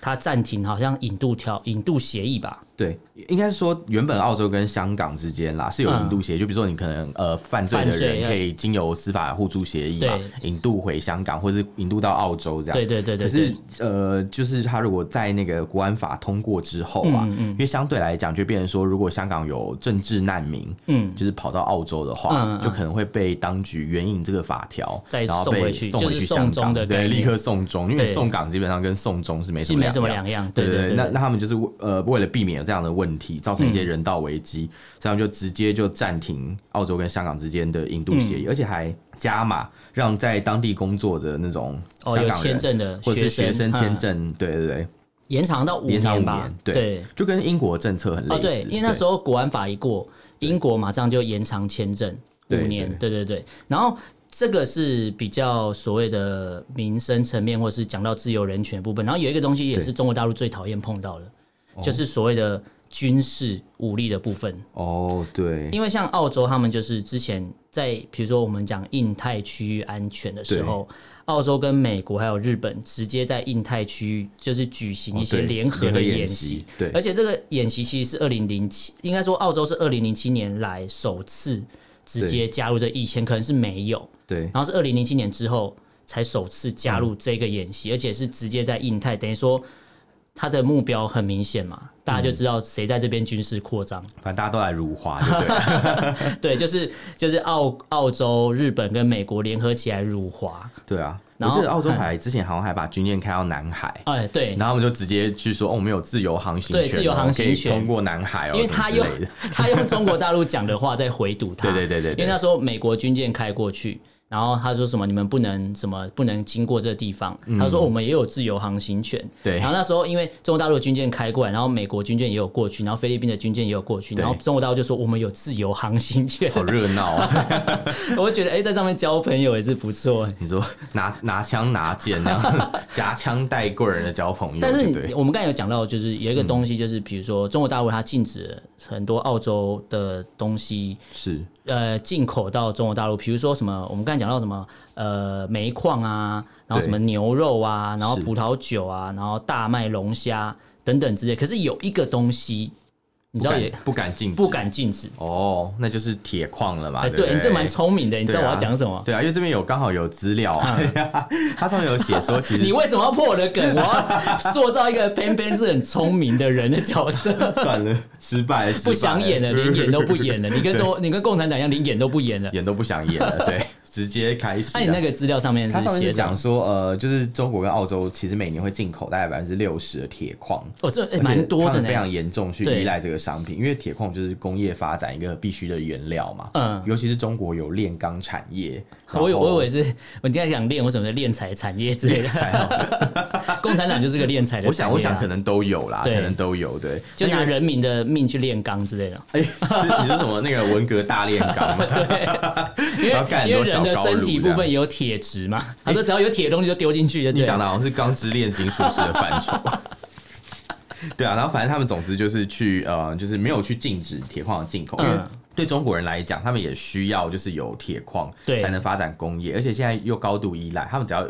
[SPEAKER 1] 他暂停好像引渡条引渡协议吧，
[SPEAKER 2] 对，应该是说原本澳洲跟香港之间啦是有引渡协议，就比如说你可能呃犯罪的
[SPEAKER 1] 嗯犯罪
[SPEAKER 2] 人可以经由司法互助协议嘛，引渡回香港或是引渡到澳洲这样。
[SPEAKER 1] 对对对对
[SPEAKER 2] 可是呃，就是他如果在那个国安法通过之后啊，
[SPEAKER 1] 嗯
[SPEAKER 2] 因为相对来讲就变成说，如果香港有政治难民，
[SPEAKER 1] 嗯，
[SPEAKER 2] 就是跑到澳洲的话，
[SPEAKER 1] 嗯嗯嗯
[SPEAKER 2] 就可能会被当局援引这个法条，
[SPEAKER 1] 再
[SPEAKER 2] 然后
[SPEAKER 1] 送回
[SPEAKER 2] 被
[SPEAKER 1] 去
[SPEAKER 2] 送回
[SPEAKER 1] 就是
[SPEAKER 2] 去
[SPEAKER 1] 送
[SPEAKER 2] 香
[SPEAKER 1] 中
[SPEAKER 2] 港，
[SPEAKER 1] 的概
[SPEAKER 2] 对，
[SPEAKER 1] 念
[SPEAKER 2] 立刻送中，因为
[SPEAKER 1] 对
[SPEAKER 2] 送港基本上跟送中是没什
[SPEAKER 1] 是
[SPEAKER 2] 么
[SPEAKER 1] 没
[SPEAKER 2] 两
[SPEAKER 1] 什么
[SPEAKER 2] 样
[SPEAKER 1] 两样。
[SPEAKER 2] 对
[SPEAKER 1] 对对
[SPEAKER 2] 那
[SPEAKER 1] 对嗯
[SPEAKER 2] 那他们就是呃，为了避免有这样的问题，造成一些人道危机，所以他们就直接就暂停澳洲跟香港之间的引渡协议，
[SPEAKER 1] 嗯
[SPEAKER 2] 而且还加码让在当地工作的那种
[SPEAKER 1] 哦，
[SPEAKER 2] 香
[SPEAKER 1] 有
[SPEAKER 2] 港人、
[SPEAKER 1] 签证的
[SPEAKER 2] 或者是学生签
[SPEAKER 1] 嗯
[SPEAKER 2] 证，对对对，
[SPEAKER 1] 延长到五
[SPEAKER 2] 延长五
[SPEAKER 1] 年吧，
[SPEAKER 2] 年，对，就跟英国政策很类
[SPEAKER 1] 哦，
[SPEAKER 2] 似，
[SPEAKER 1] 对，因为那时
[SPEAKER 2] 候
[SPEAKER 1] 候国安法一过，英国马上就延长签证五
[SPEAKER 2] 对
[SPEAKER 1] 年，对对对。然后这个是比较所谓的民生层面，或是讲到自由人权的部分。然后有一个东西也是
[SPEAKER 2] 对
[SPEAKER 1] 中国大陆最讨厌碰到的，就是所谓的军事武力的部分。
[SPEAKER 2] 哦，对，
[SPEAKER 1] 因为像澳洲，他们就是之前在比如说我们讲印太区域安全的时候，澳洲跟美国还有日本直接在印太区域就是举行一些
[SPEAKER 2] 哦对
[SPEAKER 1] 联合
[SPEAKER 2] 联
[SPEAKER 1] 的
[SPEAKER 2] 合演
[SPEAKER 1] 演
[SPEAKER 2] 习
[SPEAKER 1] 习，
[SPEAKER 2] 对
[SPEAKER 1] 而且这个演习其实是二零零七，应该说澳洲是二零零七年来首次直接加入这，以前可能是没有，
[SPEAKER 2] 对，
[SPEAKER 1] 然后是二零零七年之后才首次加入这个演习，而且是直接在印太，等于说它的目标很明显嘛，大家就知道谁在这边军事扩张。
[SPEAKER 2] 反正大家都来辱华，对不对？
[SPEAKER 1] 对，就是就是澳澳洲、日本跟美国联合起来辱华。
[SPEAKER 2] <laughs> 对啊，
[SPEAKER 1] 然
[SPEAKER 2] 我
[SPEAKER 1] 后
[SPEAKER 2] 记得澳洲还之前好像还把军舰开到南海。
[SPEAKER 1] 哎，对，
[SPEAKER 2] 然后我们就直接去说，哦，我们有自由航行权
[SPEAKER 1] 对
[SPEAKER 2] 哦，
[SPEAKER 1] 自由航行
[SPEAKER 2] 可以
[SPEAKER 1] 权
[SPEAKER 2] 通过南海哦，
[SPEAKER 1] 因为
[SPEAKER 2] 什么
[SPEAKER 1] 他
[SPEAKER 2] 之
[SPEAKER 1] 用
[SPEAKER 2] 类的
[SPEAKER 1] <laughs> 他用中国大陆讲的话在回堵他。
[SPEAKER 2] 对对对对对
[SPEAKER 1] 因为那时候美国军舰开过去。然后他说什么？你们不能什么不能经过这个地方。他说我们也有自由航行权。
[SPEAKER 2] 嗯对
[SPEAKER 1] 然后那时候因为中国大陆的军舰开过来，然后美国军舰也有过去，然后菲律宾的军舰也有过去，
[SPEAKER 2] 对
[SPEAKER 1] 然后中国大陆就说我们有自由航行权。
[SPEAKER 2] <laughs> 好热闹啊！
[SPEAKER 1] <laughs>
[SPEAKER 2] <laughs>
[SPEAKER 1] 我就觉得哎、在上面交朋友也是不错。
[SPEAKER 2] 你说拿拿枪拿剑那样
[SPEAKER 1] <laughs>
[SPEAKER 2] 夹枪带棍儿的交朋友，
[SPEAKER 1] 但是
[SPEAKER 2] 对不
[SPEAKER 1] 你
[SPEAKER 2] 对嗯
[SPEAKER 1] 我们刚才有讲到，就是有一个东西，就是比如说中国大陆它禁止很多澳洲的东西，
[SPEAKER 2] 是
[SPEAKER 1] 呃，进口到中国大陆，比如说什么，我们刚才讲到什么，呃，煤矿啊，然后什么牛肉啊，然后
[SPEAKER 2] 是
[SPEAKER 1] 葡萄酒啊，然后大麦、龙虾等等之类。可是有一个东西，你
[SPEAKER 2] 你
[SPEAKER 1] 知道也
[SPEAKER 2] 不敢进，
[SPEAKER 1] 不敢禁止。
[SPEAKER 2] 哦，那就是铁矿了嘛。
[SPEAKER 1] 哎，
[SPEAKER 2] 不
[SPEAKER 1] 对你这蛮聪明的，你知道我要讲什么？
[SPEAKER 2] 啊对啊，因为这边有刚好有资料啊， <laughs> 它上面有写说，其
[SPEAKER 1] 嗯你
[SPEAKER 2] 实
[SPEAKER 1] 为什么要破我的梗？我要 <laughs> 塑造一个偏偏是很聪明的人的角色。
[SPEAKER 2] 算了，失败了，失败 <laughs>
[SPEAKER 1] 不想演了，连演都不，
[SPEAKER 2] 嗯啊
[SPEAKER 1] 演了。你跟中，你跟共产党一样，连演都不演了。 <laughs>
[SPEAKER 2] 演都不想演了。对，直接开始
[SPEAKER 1] 那、
[SPEAKER 2] 啊。
[SPEAKER 1] 你那个资料上面
[SPEAKER 2] 他上
[SPEAKER 1] 是
[SPEAKER 2] 面
[SPEAKER 1] 写
[SPEAKER 2] 是
[SPEAKER 1] 什么
[SPEAKER 2] 讲说，呃，就是中国跟澳洲其实每年会进口大概百分之六十的铁矿，
[SPEAKER 1] 哦，这诶
[SPEAKER 2] 而且
[SPEAKER 1] 蛮、多的
[SPEAKER 2] 他们
[SPEAKER 1] 呢
[SPEAKER 2] 非。常严重去
[SPEAKER 1] 对
[SPEAKER 2] 依赖这个商品，因为铁矿就是工业发展一个必须的原料嘛。
[SPEAKER 1] 嗯
[SPEAKER 2] 尤其是中国有炼钢产业，
[SPEAKER 1] 我以
[SPEAKER 2] 然
[SPEAKER 1] 我
[SPEAKER 2] 后
[SPEAKER 1] 以为是，我今天想练，我什么练财产业之类的。共产党就是个练财的产业啊、
[SPEAKER 2] 我想，我想可能都有啦，可
[SPEAKER 1] 对
[SPEAKER 2] 能都有，对，
[SPEAKER 1] 就
[SPEAKER 2] 因为
[SPEAKER 1] 拿人民的命去炼钢之类的。
[SPEAKER 2] 哎， <laughs> 是你说什么那个文革大炼钢吗？
[SPEAKER 1] 因为
[SPEAKER 2] 然后干很
[SPEAKER 1] 因
[SPEAKER 2] 多
[SPEAKER 1] 为人的
[SPEAKER 2] 小高
[SPEAKER 1] 身
[SPEAKER 2] 炉
[SPEAKER 1] 体
[SPEAKER 2] 这
[SPEAKER 1] 部
[SPEAKER 2] 样
[SPEAKER 1] 分也有铁质嘛，他说只要有铁的东西就丢进去就
[SPEAKER 2] 你
[SPEAKER 1] 对
[SPEAKER 2] 讲
[SPEAKER 1] 了。
[SPEAKER 2] 的好像是《钢之炼金术士》的范畴。 <laughs> 对啊，然后反正他们总之就是去呃，就是没有去禁止铁矿的进口，因为
[SPEAKER 1] 嗯
[SPEAKER 2] 对中国人来讲，他们也需要就是有铁矿，
[SPEAKER 1] 对
[SPEAKER 2] 才能发展工业，而且现在又高度依赖，他们只要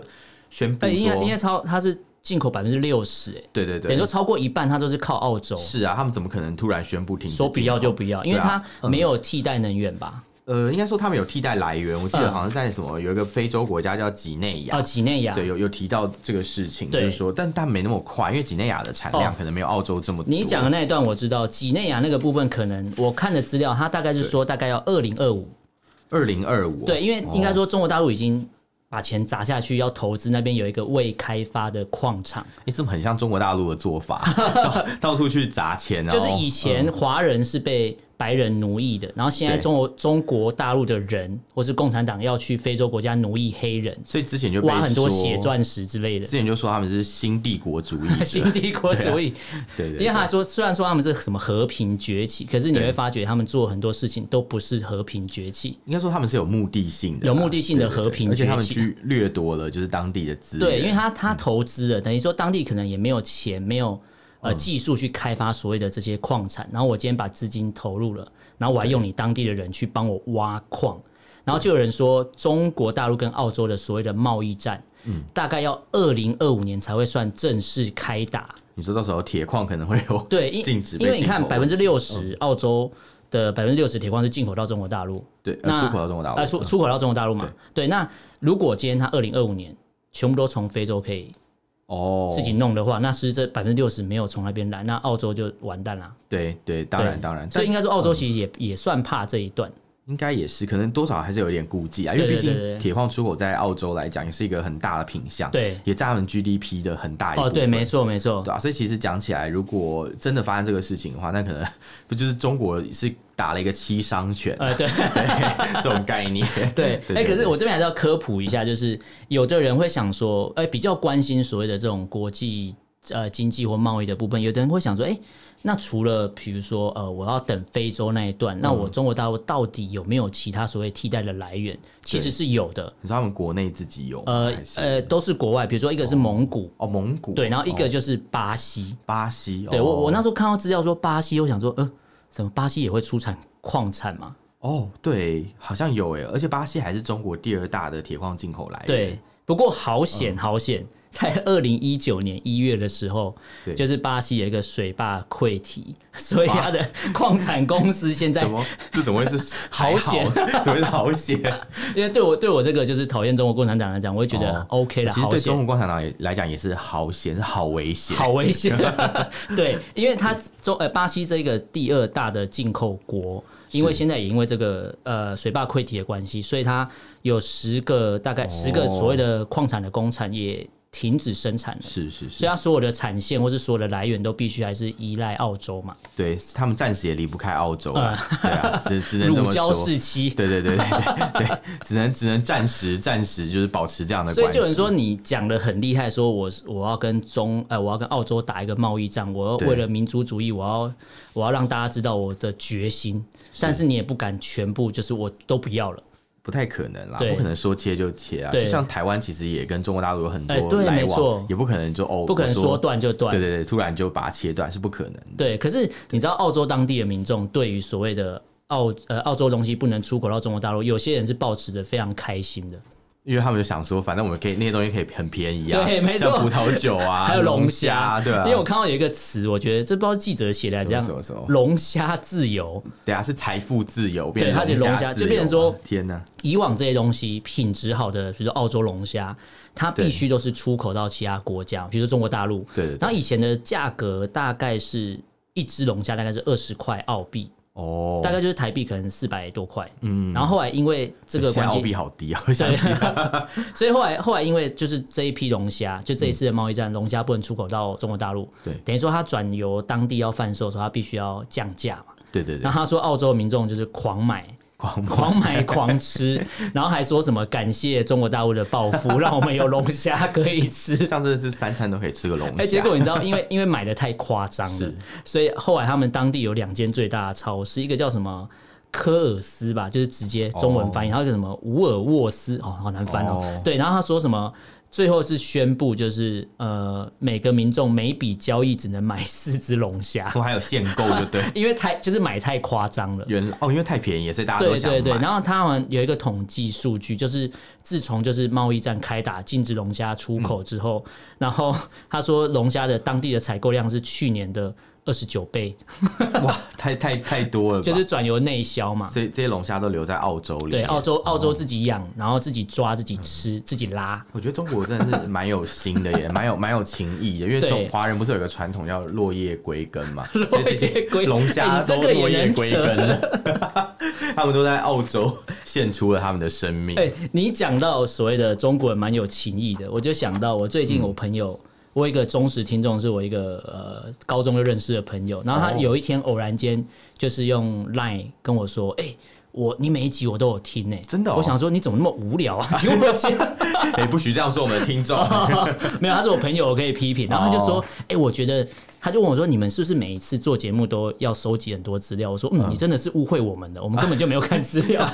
[SPEAKER 2] 宣布
[SPEAKER 1] 哎，应该应该
[SPEAKER 2] 说，
[SPEAKER 1] 超，它是进口百分之六十，哎，
[SPEAKER 2] 对对
[SPEAKER 1] 等于说
[SPEAKER 2] 对，
[SPEAKER 1] 超过一半它都是靠澳洲，
[SPEAKER 2] 是啊，他们怎么可能突然宣布停止进
[SPEAKER 1] 说
[SPEAKER 2] 口？
[SPEAKER 1] 不要就不要，因为
[SPEAKER 2] 对啊
[SPEAKER 1] 它没有替代能源吧？
[SPEAKER 2] 呃，应该说他们有替代来源，我记得
[SPEAKER 1] 嗯
[SPEAKER 2] 好像在什么有一个非洲国家叫几内亚
[SPEAKER 1] 哦，，几内亚。
[SPEAKER 2] 对，有有提到这个事情，就
[SPEAKER 1] 对
[SPEAKER 2] 是说，但但没那么快，因为几内亚的产量
[SPEAKER 1] 哦
[SPEAKER 2] 可能没有澳洲这么多。
[SPEAKER 1] 你讲的那一段我知道，几内亚那个部分可能我看的资料，它大概是说大概要二零二五，
[SPEAKER 2] 哦二零二五，
[SPEAKER 1] 对，因为应该说中国大陆已经把钱砸下去，要投资那边有一个未开发的矿场，
[SPEAKER 2] 你怎么很像中国大陆的做法， <laughs> 到到处去砸钱啊？
[SPEAKER 1] 就是以前华人是被白人奴役的，然后现在
[SPEAKER 2] 对
[SPEAKER 1] 中国中国大陆的人或是共产党要去非洲国家奴役黑人，
[SPEAKER 2] 所以之前就被
[SPEAKER 1] 挖很多
[SPEAKER 2] 说
[SPEAKER 1] 血，钻石之类的
[SPEAKER 2] 之。前就说他们是新帝国主义者，
[SPEAKER 1] <laughs> 新帝国主义，
[SPEAKER 2] 对对
[SPEAKER 1] <laughs> 因为
[SPEAKER 2] 对，
[SPEAKER 1] 他说，虽然说他们是什么和平崛起，可是你会发觉他们做很多事情都不是和平崛起，
[SPEAKER 2] 应该说他们是有目的性的
[SPEAKER 1] 有
[SPEAKER 2] 啦，
[SPEAKER 1] 目的性的
[SPEAKER 2] 对对对
[SPEAKER 1] 和平
[SPEAKER 2] 而且他们
[SPEAKER 1] 崛起
[SPEAKER 2] 去掠夺了就是当地的资源，
[SPEAKER 1] 对，因为他他投资了，等于说当地可能也没有钱，没有
[SPEAKER 2] 嗯
[SPEAKER 1] 呃技术去开发所谓的这些矿产。然后我今天把资金投入了，然后我还用你当地的人去帮我挖矿。然后就有人说，中国大陆跟澳洲的所谓的贸易战，
[SPEAKER 2] 嗯
[SPEAKER 1] 大概要二零二五年才会算正式开打。
[SPEAKER 2] 你说到时候铁矿可能会有
[SPEAKER 1] 对，因
[SPEAKER 2] 禁止被
[SPEAKER 1] 因为你
[SPEAKER 2] 进
[SPEAKER 1] 看
[SPEAKER 2] 口
[SPEAKER 1] 百分之六
[SPEAKER 2] 嗯
[SPEAKER 1] 十澳洲的百分之六十铁矿是进口到中国大陆，
[SPEAKER 2] 对呃
[SPEAKER 1] 那
[SPEAKER 2] 出口到中国大
[SPEAKER 1] 呃
[SPEAKER 2] 陆，
[SPEAKER 1] 出出口到中国大陆嘛。对，那如果今天他二零二五年全部都从非洲可以
[SPEAKER 2] 哦，
[SPEAKER 1] 自己弄的话，那是这百分之六十没有从那边来，那澳洲就完蛋啦。
[SPEAKER 2] 对对，当然
[SPEAKER 1] 对
[SPEAKER 2] 当然，
[SPEAKER 1] 所以应该说澳洲其实也、也算怕这一段，
[SPEAKER 2] 应该也是，可能多少还是有点顾忌啊，因为
[SPEAKER 1] 对
[SPEAKER 2] 毕
[SPEAKER 1] 对对
[SPEAKER 2] 竟
[SPEAKER 1] 对
[SPEAKER 2] 铁矿出口在澳洲来讲也是一个很大的品项，
[SPEAKER 1] 对
[SPEAKER 2] 也占他们 GDP 的很大一部
[SPEAKER 1] 哦，
[SPEAKER 2] 分。
[SPEAKER 1] 对，没错没错，
[SPEAKER 2] 对啊，所以其实讲起来，如果真的发生这个事情的话，那可能 <laughs> 不就是中国是打了一个七伤拳、
[SPEAKER 1] 呃，对
[SPEAKER 2] 对 <laughs> 这种概念？
[SPEAKER 1] 对，
[SPEAKER 2] 对
[SPEAKER 1] 哎、
[SPEAKER 2] 对
[SPEAKER 1] 可是
[SPEAKER 2] 对
[SPEAKER 1] 我这边还是要科普一下，就是有的人会想说，哎、比较关心所谓的这种国际呃经济或贸易的部分，有的人会想说，哎、那除了比如说呃，我要等非洲那一段，那
[SPEAKER 2] 嗯
[SPEAKER 1] 我中国大陆到底有没有其他所谓替代的来源？其实是有的，
[SPEAKER 2] 你说他们国内自己有吗
[SPEAKER 1] 呃
[SPEAKER 2] 还啊是
[SPEAKER 1] 呃，都是国外，比如说一个是蒙古。
[SPEAKER 2] 哦蒙古
[SPEAKER 1] 对，然后一个
[SPEAKER 2] 哦
[SPEAKER 1] 就是巴西。
[SPEAKER 2] 巴西，
[SPEAKER 1] 对
[SPEAKER 2] 哦
[SPEAKER 1] 我我那时候看到资料说巴西，我想说，呃，怎么巴西也会出产矿产嘛？
[SPEAKER 2] 哦对，好像有诶，而且巴西还是中国第二大的铁嗯矿进口来源，
[SPEAKER 1] 对，不过好险好险， <laughs> 在二零一九年一月的时候
[SPEAKER 2] 对，
[SPEAKER 1] 就是巴西有一个水坝溃堤， <laughs> 所以它的矿产公司现在
[SPEAKER 2] 怎，么这怎么会
[SPEAKER 1] <laughs>
[SPEAKER 2] 是
[SPEAKER 1] 好险
[SPEAKER 2] 还好？ <laughs> 怎么会是好险？
[SPEAKER 1] 因为对我对我这个就是讨厌中国共产党来讲，我会觉得
[SPEAKER 2] 哦
[SPEAKER 1] OK 了，
[SPEAKER 2] 其实
[SPEAKER 1] 好
[SPEAKER 2] 对中
[SPEAKER 1] 险。
[SPEAKER 2] 国共产党也来讲也是好险，是好危险。
[SPEAKER 1] 好
[SPEAKER 2] <laughs>
[SPEAKER 1] 危险， <laughs> 对，因为它中呃巴西这个第二大的进口国，因为现在也因为这个呃水坝溃堤的关系，所以它有十个大概十
[SPEAKER 2] 哦
[SPEAKER 1] 个所谓的矿产的工厂也停止生产了。
[SPEAKER 2] 是是是
[SPEAKER 1] 所以，它所有的产线或是所有的来源都必须还是依赖澳洲嘛，
[SPEAKER 2] 对他们暂时也离不开澳洲啊，对啊，只只能这
[SPEAKER 1] 嗯 <laughs> 乳
[SPEAKER 2] 么
[SPEAKER 1] 胶
[SPEAKER 2] 说。
[SPEAKER 1] 时期。
[SPEAKER 2] 对对对对对 <laughs> 对，只能只能暂时暂时就是保持这样的
[SPEAKER 1] 所以
[SPEAKER 2] 关系。
[SPEAKER 1] 就有人说你讲的很厉害，说我是我要跟中呃我要跟澳洲打一个贸易战，我要
[SPEAKER 2] 对
[SPEAKER 1] 为了民族主义，我要我要让大家知道我的决心，但是你也不敢全部就是我都不要了。
[SPEAKER 2] 不太可能啦，
[SPEAKER 1] 对
[SPEAKER 2] 不可能说切就切啊。
[SPEAKER 1] 对
[SPEAKER 2] 就像台湾其实也跟中国大陆有很多
[SPEAKER 1] 哎对
[SPEAKER 2] 来
[SPEAKER 1] 没
[SPEAKER 2] 往
[SPEAKER 1] 错，
[SPEAKER 2] 也不可能就哦，
[SPEAKER 1] 不可能
[SPEAKER 2] 我
[SPEAKER 1] 说断就断。
[SPEAKER 2] 对对对，突然就把它切断是不可能的。
[SPEAKER 1] 对可是你知道澳洲当地的民众对于所谓的澳呃澳洲东西不能出口到中国大陆，有些人是抱持着非常开心的。
[SPEAKER 2] 因为他们就想说，反正我们可以那些东西可以很便宜啊，
[SPEAKER 1] 对没错
[SPEAKER 2] 像葡萄酒啊，
[SPEAKER 1] <laughs> 还有
[SPEAKER 2] 龙
[SPEAKER 1] 龙
[SPEAKER 2] 虾，
[SPEAKER 1] 虾，
[SPEAKER 2] 对啊，
[SPEAKER 1] 因为我看到有一个词，我觉得这不知道记者写的还是怎
[SPEAKER 2] 什么
[SPEAKER 1] 样
[SPEAKER 2] 什么什么，
[SPEAKER 1] 龙虾自由。
[SPEAKER 2] 等啊下是财富自由，
[SPEAKER 1] 对
[SPEAKER 2] 变成
[SPEAKER 1] 它是龙虾
[SPEAKER 2] 自
[SPEAKER 1] 就变成
[SPEAKER 2] 由
[SPEAKER 1] 说
[SPEAKER 2] 嘛天哪，
[SPEAKER 1] 以往这些东西品质好的，比如说澳洲龙虾，它必须都是出口到其他国家，比如说中国大陆。
[SPEAKER 2] 对对对
[SPEAKER 1] 然后以前的价格大概是一只龙虾大概是二十块澳币，
[SPEAKER 2] 哦，
[SPEAKER 1] 大概就是台币可能四百多块。
[SPEAKER 2] 嗯
[SPEAKER 1] 然后后来因为这个
[SPEAKER 2] 现
[SPEAKER 1] 关
[SPEAKER 2] 在 <laughs> 澳
[SPEAKER 1] 系
[SPEAKER 2] 币，好低啊，我想
[SPEAKER 1] 对
[SPEAKER 2] 起来，
[SPEAKER 1] 所以后来后来因为就是这一批龙虾，就这一次的贸易战，龙虾不能出口到中国大陆，
[SPEAKER 2] 对
[SPEAKER 1] 等于说它转由当地要贩售的时候，它必须要降价嘛。
[SPEAKER 2] 对对对 <laughs>
[SPEAKER 1] 然，后他说澳洲民众就是狂买。
[SPEAKER 2] 狂
[SPEAKER 1] 狂买狂
[SPEAKER 2] <laughs>
[SPEAKER 1] 吃，然后还说什么感谢中国大陆的暴富，让我们有龙虾可以吃。
[SPEAKER 2] 这样真的是三餐都可以吃个龙
[SPEAKER 1] 哎、
[SPEAKER 2] 虾，
[SPEAKER 1] 结果你知道，因为因为买的太夸张了
[SPEAKER 2] 是，
[SPEAKER 1] 所以后来他们当地有两间最大的超市，一个叫什么科尔斯吧，就是直接中文翻译，还有一个什么伍尔沃斯，哦，好难翻哦。
[SPEAKER 2] 哦
[SPEAKER 1] 对，然后他说什么？最后是宣布，就是呃，每个民众每笔交易只能买四只龙虾，
[SPEAKER 2] 我还有限购，对不对？
[SPEAKER 1] 因为太就是买太夸张了。
[SPEAKER 2] 原来哦，因为太便宜，所以大家都
[SPEAKER 1] 对
[SPEAKER 2] 想
[SPEAKER 1] 对对，
[SPEAKER 2] 买
[SPEAKER 1] 然后他们有一个统计数据，就是自从就是贸易战开打禁止龙虾出口之后，然后他说龙虾的当地的采购量是去年的二十九倍，
[SPEAKER 2] 哇，太太太多了吧，
[SPEAKER 1] 就是转由内销嘛。
[SPEAKER 2] 这这些龙虾都留在澳洲里。
[SPEAKER 1] 对，哦澳，洲澳洲自己养，然后自己抓、自己吃、自己拉。
[SPEAKER 2] 我觉得中国真的是蛮有心的耶，
[SPEAKER 1] <laughs>
[SPEAKER 2] 蛮有蛮有情义的。因为
[SPEAKER 1] 对
[SPEAKER 2] 中华人不是有个传统叫落叶归根
[SPEAKER 1] <laughs>
[SPEAKER 2] 嘛，所
[SPEAKER 1] 落
[SPEAKER 2] 以这些
[SPEAKER 1] 叶归
[SPEAKER 2] 龙虾
[SPEAKER 1] 哎你这
[SPEAKER 2] 都
[SPEAKER 1] 个也
[SPEAKER 2] 落叶
[SPEAKER 1] 能
[SPEAKER 2] 归
[SPEAKER 1] 扯
[SPEAKER 2] 根了，
[SPEAKER 1] <laughs>
[SPEAKER 2] 他们都在澳洲 <laughs> 献出了他们的生命。
[SPEAKER 1] 哎、你讲到所谓的中国人蛮有情义的，我就想到我最近我朋友，
[SPEAKER 2] 嗯
[SPEAKER 1] 我有一个忠实听众是我一个呃高中就认识的朋友，然后他
[SPEAKER 2] 哦
[SPEAKER 1] 有一天偶然间就是用 Line 跟我说，哎、我你每一集我都有听呢、哎
[SPEAKER 2] 真的哦
[SPEAKER 1] 我想说你怎么那么无聊啊？ <laughs> 听我讲，
[SPEAKER 2] 哎、不许这样说我们的听众。
[SPEAKER 1] 哦 <laughs> 没有，他是我朋友，我可以批评。然后他就
[SPEAKER 2] 哦
[SPEAKER 1] 说，哎、我觉得，他就问我说，你们是不是每一次做节目都要收集很多资料？我说，嗯，你真的是误会我们的，我们根本就没有看资
[SPEAKER 2] <laughs>
[SPEAKER 1] 料。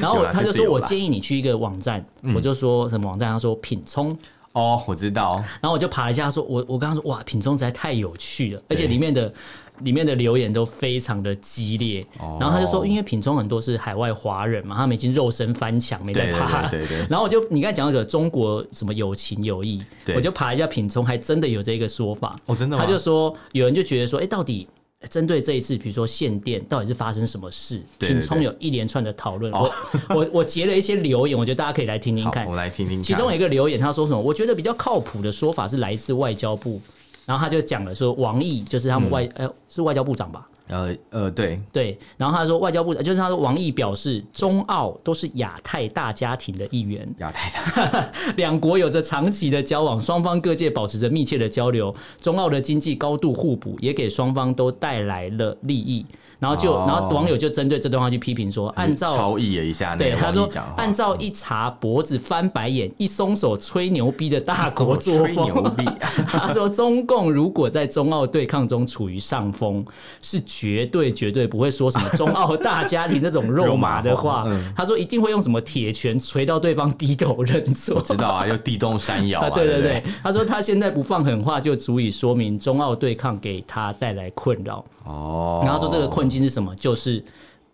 [SPEAKER 1] 然后
[SPEAKER 2] 有
[SPEAKER 1] 我
[SPEAKER 2] 啦
[SPEAKER 1] 他就
[SPEAKER 2] 这次
[SPEAKER 1] 说，
[SPEAKER 2] 有啦嗯
[SPEAKER 1] 我建议你去一个网站，我就说什么网站？他说品聪。
[SPEAKER 2] 哦，我知道，
[SPEAKER 1] 然后我就爬了一下，他说我我刚刚说哇，品中实在太有趣了，而且里面的里面的留言都非常的激烈。
[SPEAKER 2] 哦
[SPEAKER 1] 然后他就说，因为品中很多是海外华人嘛，他们已经肉身翻墙，没在怕。
[SPEAKER 2] 对对对对对
[SPEAKER 1] 然后我就你刚才讲那个中国什么有情有义，
[SPEAKER 2] 对
[SPEAKER 1] 我就爬了一下品中，还真的有这个说法。
[SPEAKER 2] 哦，真的吗？
[SPEAKER 1] 他就说，有人就觉得说，哎、到底。针对这一次，比如说限电，到底是发生什么事？
[SPEAKER 2] 对对
[SPEAKER 1] 品聪
[SPEAKER 2] 对
[SPEAKER 1] 有一连串的讨论，
[SPEAKER 2] 哦 <laughs>
[SPEAKER 1] 我我我截了一些留言，我觉得大家可以来听听
[SPEAKER 2] 好
[SPEAKER 1] 看，
[SPEAKER 2] 我。们来听听看。
[SPEAKER 1] 其中有一个留言，他说什么？我觉得比较靠谱的说法是来自外交部，然后他就讲了说，王毅就是他们外、呃是外交部长吧？
[SPEAKER 2] 呃呃，对，
[SPEAKER 1] 对，然后他说外交部就是他说王毅表示，中澳都是亚太大家庭的一员，
[SPEAKER 2] 亚太大
[SPEAKER 1] 两国有着长期的交往，双方各界保持着密切的交流，中澳的经济高度互补，也给双方都带来了利益。然后就
[SPEAKER 2] 哦
[SPEAKER 1] 然后网友就针对这段话去批评说，按照
[SPEAKER 2] 超意了一下那
[SPEAKER 1] 对，
[SPEAKER 2] 个
[SPEAKER 1] 他
[SPEAKER 2] 王毅
[SPEAKER 1] 说
[SPEAKER 2] 讲话，
[SPEAKER 1] 按照一查脖子翻白眼，一松手吹牛逼的大国
[SPEAKER 2] <laughs>
[SPEAKER 1] 作
[SPEAKER 2] 吹牛
[SPEAKER 1] 风。
[SPEAKER 2] 逼，
[SPEAKER 1] <laughs> 他说，中共如果在中澳对抗中处于上风，是绝对绝对不会说什么中澳大家庭这种肉麻的话
[SPEAKER 2] <laughs> 肉麻话。嗯
[SPEAKER 1] 他说一定会用什么铁拳捶到对方低头认
[SPEAKER 2] <laughs>
[SPEAKER 1] 错。
[SPEAKER 2] 知道啊，又地动山摇
[SPEAKER 1] <laughs> 啊，
[SPEAKER 2] 啊，
[SPEAKER 1] 对
[SPEAKER 2] 对
[SPEAKER 1] 对
[SPEAKER 2] 不
[SPEAKER 1] 对，，他说他现在不放狠话，就足以说明中澳对抗给他带来困扰。
[SPEAKER 2] 哦，
[SPEAKER 1] 然后说这个困境是什么？就是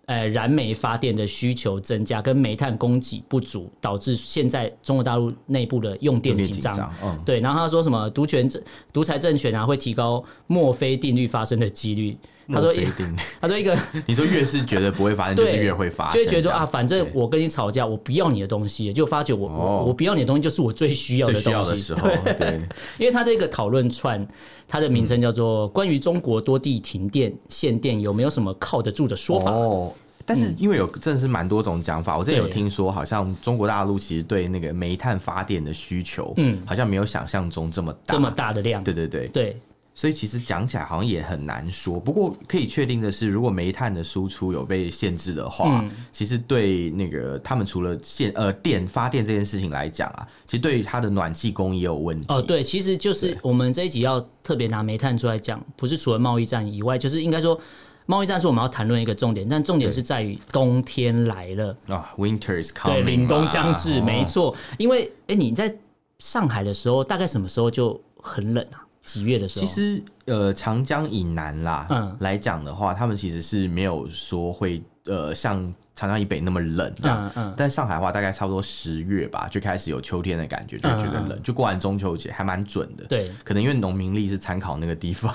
[SPEAKER 1] 呃，燃煤发电的需求增加跟煤炭供给不足，导致现在中国大陆内部的用电
[SPEAKER 2] 有点
[SPEAKER 1] 紧
[SPEAKER 2] 紧
[SPEAKER 1] 张。
[SPEAKER 2] 张，嗯，
[SPEAKER 1] 对，然后他说什么独权政独裁政权啊，会提高墨菲定律发生的几率。他说
[SPEAKER 2] 墨，菲
[SPEAKER 1] <laughs>
[SPEAKER 2] 定律
[SPEAKER 1] 他说一
[SPEAKER 2] <laughs>
[SPEAKER 1] 个
[SPEAKER 2] 你说越是觉得不会发生，就
[SPEAKER 1] 对，
[SPEAKER 2] 是越会发生，
[SPEAKER 1] 就会觉得
[SPEAKER 2] 这
[SPEAKER 1] 说
[SPEAKER 2] 样
[SPEAKER 1] 啊，反正我跟你吵架，我不要你的东西，就发觉我、
[SPEAKER 2] 哦
[SPEAKER 1] 我我不要你的东西就是我最需要
[SPEAKER 2] 最
[SPEAKER 1] 的
[SPEAKER 2] 需要
[SPEAKER 1] 东
[SPEAKER 2] 的
[SPEAKER 1] 西
[SPEAKER 2] 时。
[SPEAKER 1] <laughs>
[SPEAKER 2] 候，对，
[SPEAKER 1] 因为他这个讨论串，它的名
[SPEAKER 2] 嗯
[SPEAKER 1] 称叫做“关于中国多地停电限电有没有什么靠得住的说法”
[SPEAKER 2] 哦。但是因为有真的是蛮多种讲法，我之前有
[SPEAKER 1] 对
[SPEAKER 2] 听说，好像中国大陆其实对那个煤炭发电的需求，
[SPEAKER 1] 嗯
[SPEAKER 2] 好像没有想象中这么大，
[SPEAKER 1] 这么大的量。
[SPEAKER 2] 对对对，
[SPEAKER 1] 对
[SPEAKER 2] 所以其实讲起来好像也很难说，不过可以确定的是，如果煤炭的输出有被限制的话，
[SPEAKER 1] 嗯
[SPEAKER 2] 其实对那个他们除了限呃电发电这件事情来讲啊，其实对于它的暖气供也有问题。
[SPEAKER 1] 哦，对，其实就是我们这一集要特别拿煤炭出来讲，不是除了贸易战以外，就是应该说贸易战是我们要谈论一个重点，但重点
[SPEAKER 2] 对
[SPEAKER 1] 是在于冬天来了，
[SPEAKER 2] 啊、w i n t e r is coming，
[SPEAKER 1] 对，凛冬
[SPEAKER 2] 嘛
[SPEAKER 1] 将至，
[SPEAKER 2] 哦
[SPEAKER 1] 没错。因为哎，你在上海的时候，大概什么时候就很冷啊？几月的时候？
[SPEAKER 2] 其实呃，长江以南啦，
[SPEAKER 1] 嗯
[SPEAKER 2] 来讲的话，他们其实是没有说会呃像长江以北那么冷这样。
[SPEAKER 1] 嗯嗯，
[SPEAKER 2] 在上海的话，大概差不多十月吧，就开始有秋天的感觉，就会觉得
[SPEAKER 1] 嗯嗯
[SPEAKER 2] 冷，就过完中秋节还蛮准的。，
[SPEAKER 1] 对。
[SPEAKER 2] 可能因为农民历是参考那个地
[SPEAKER 1] <laughs>
[SPEAKER 2] 方 <laughs>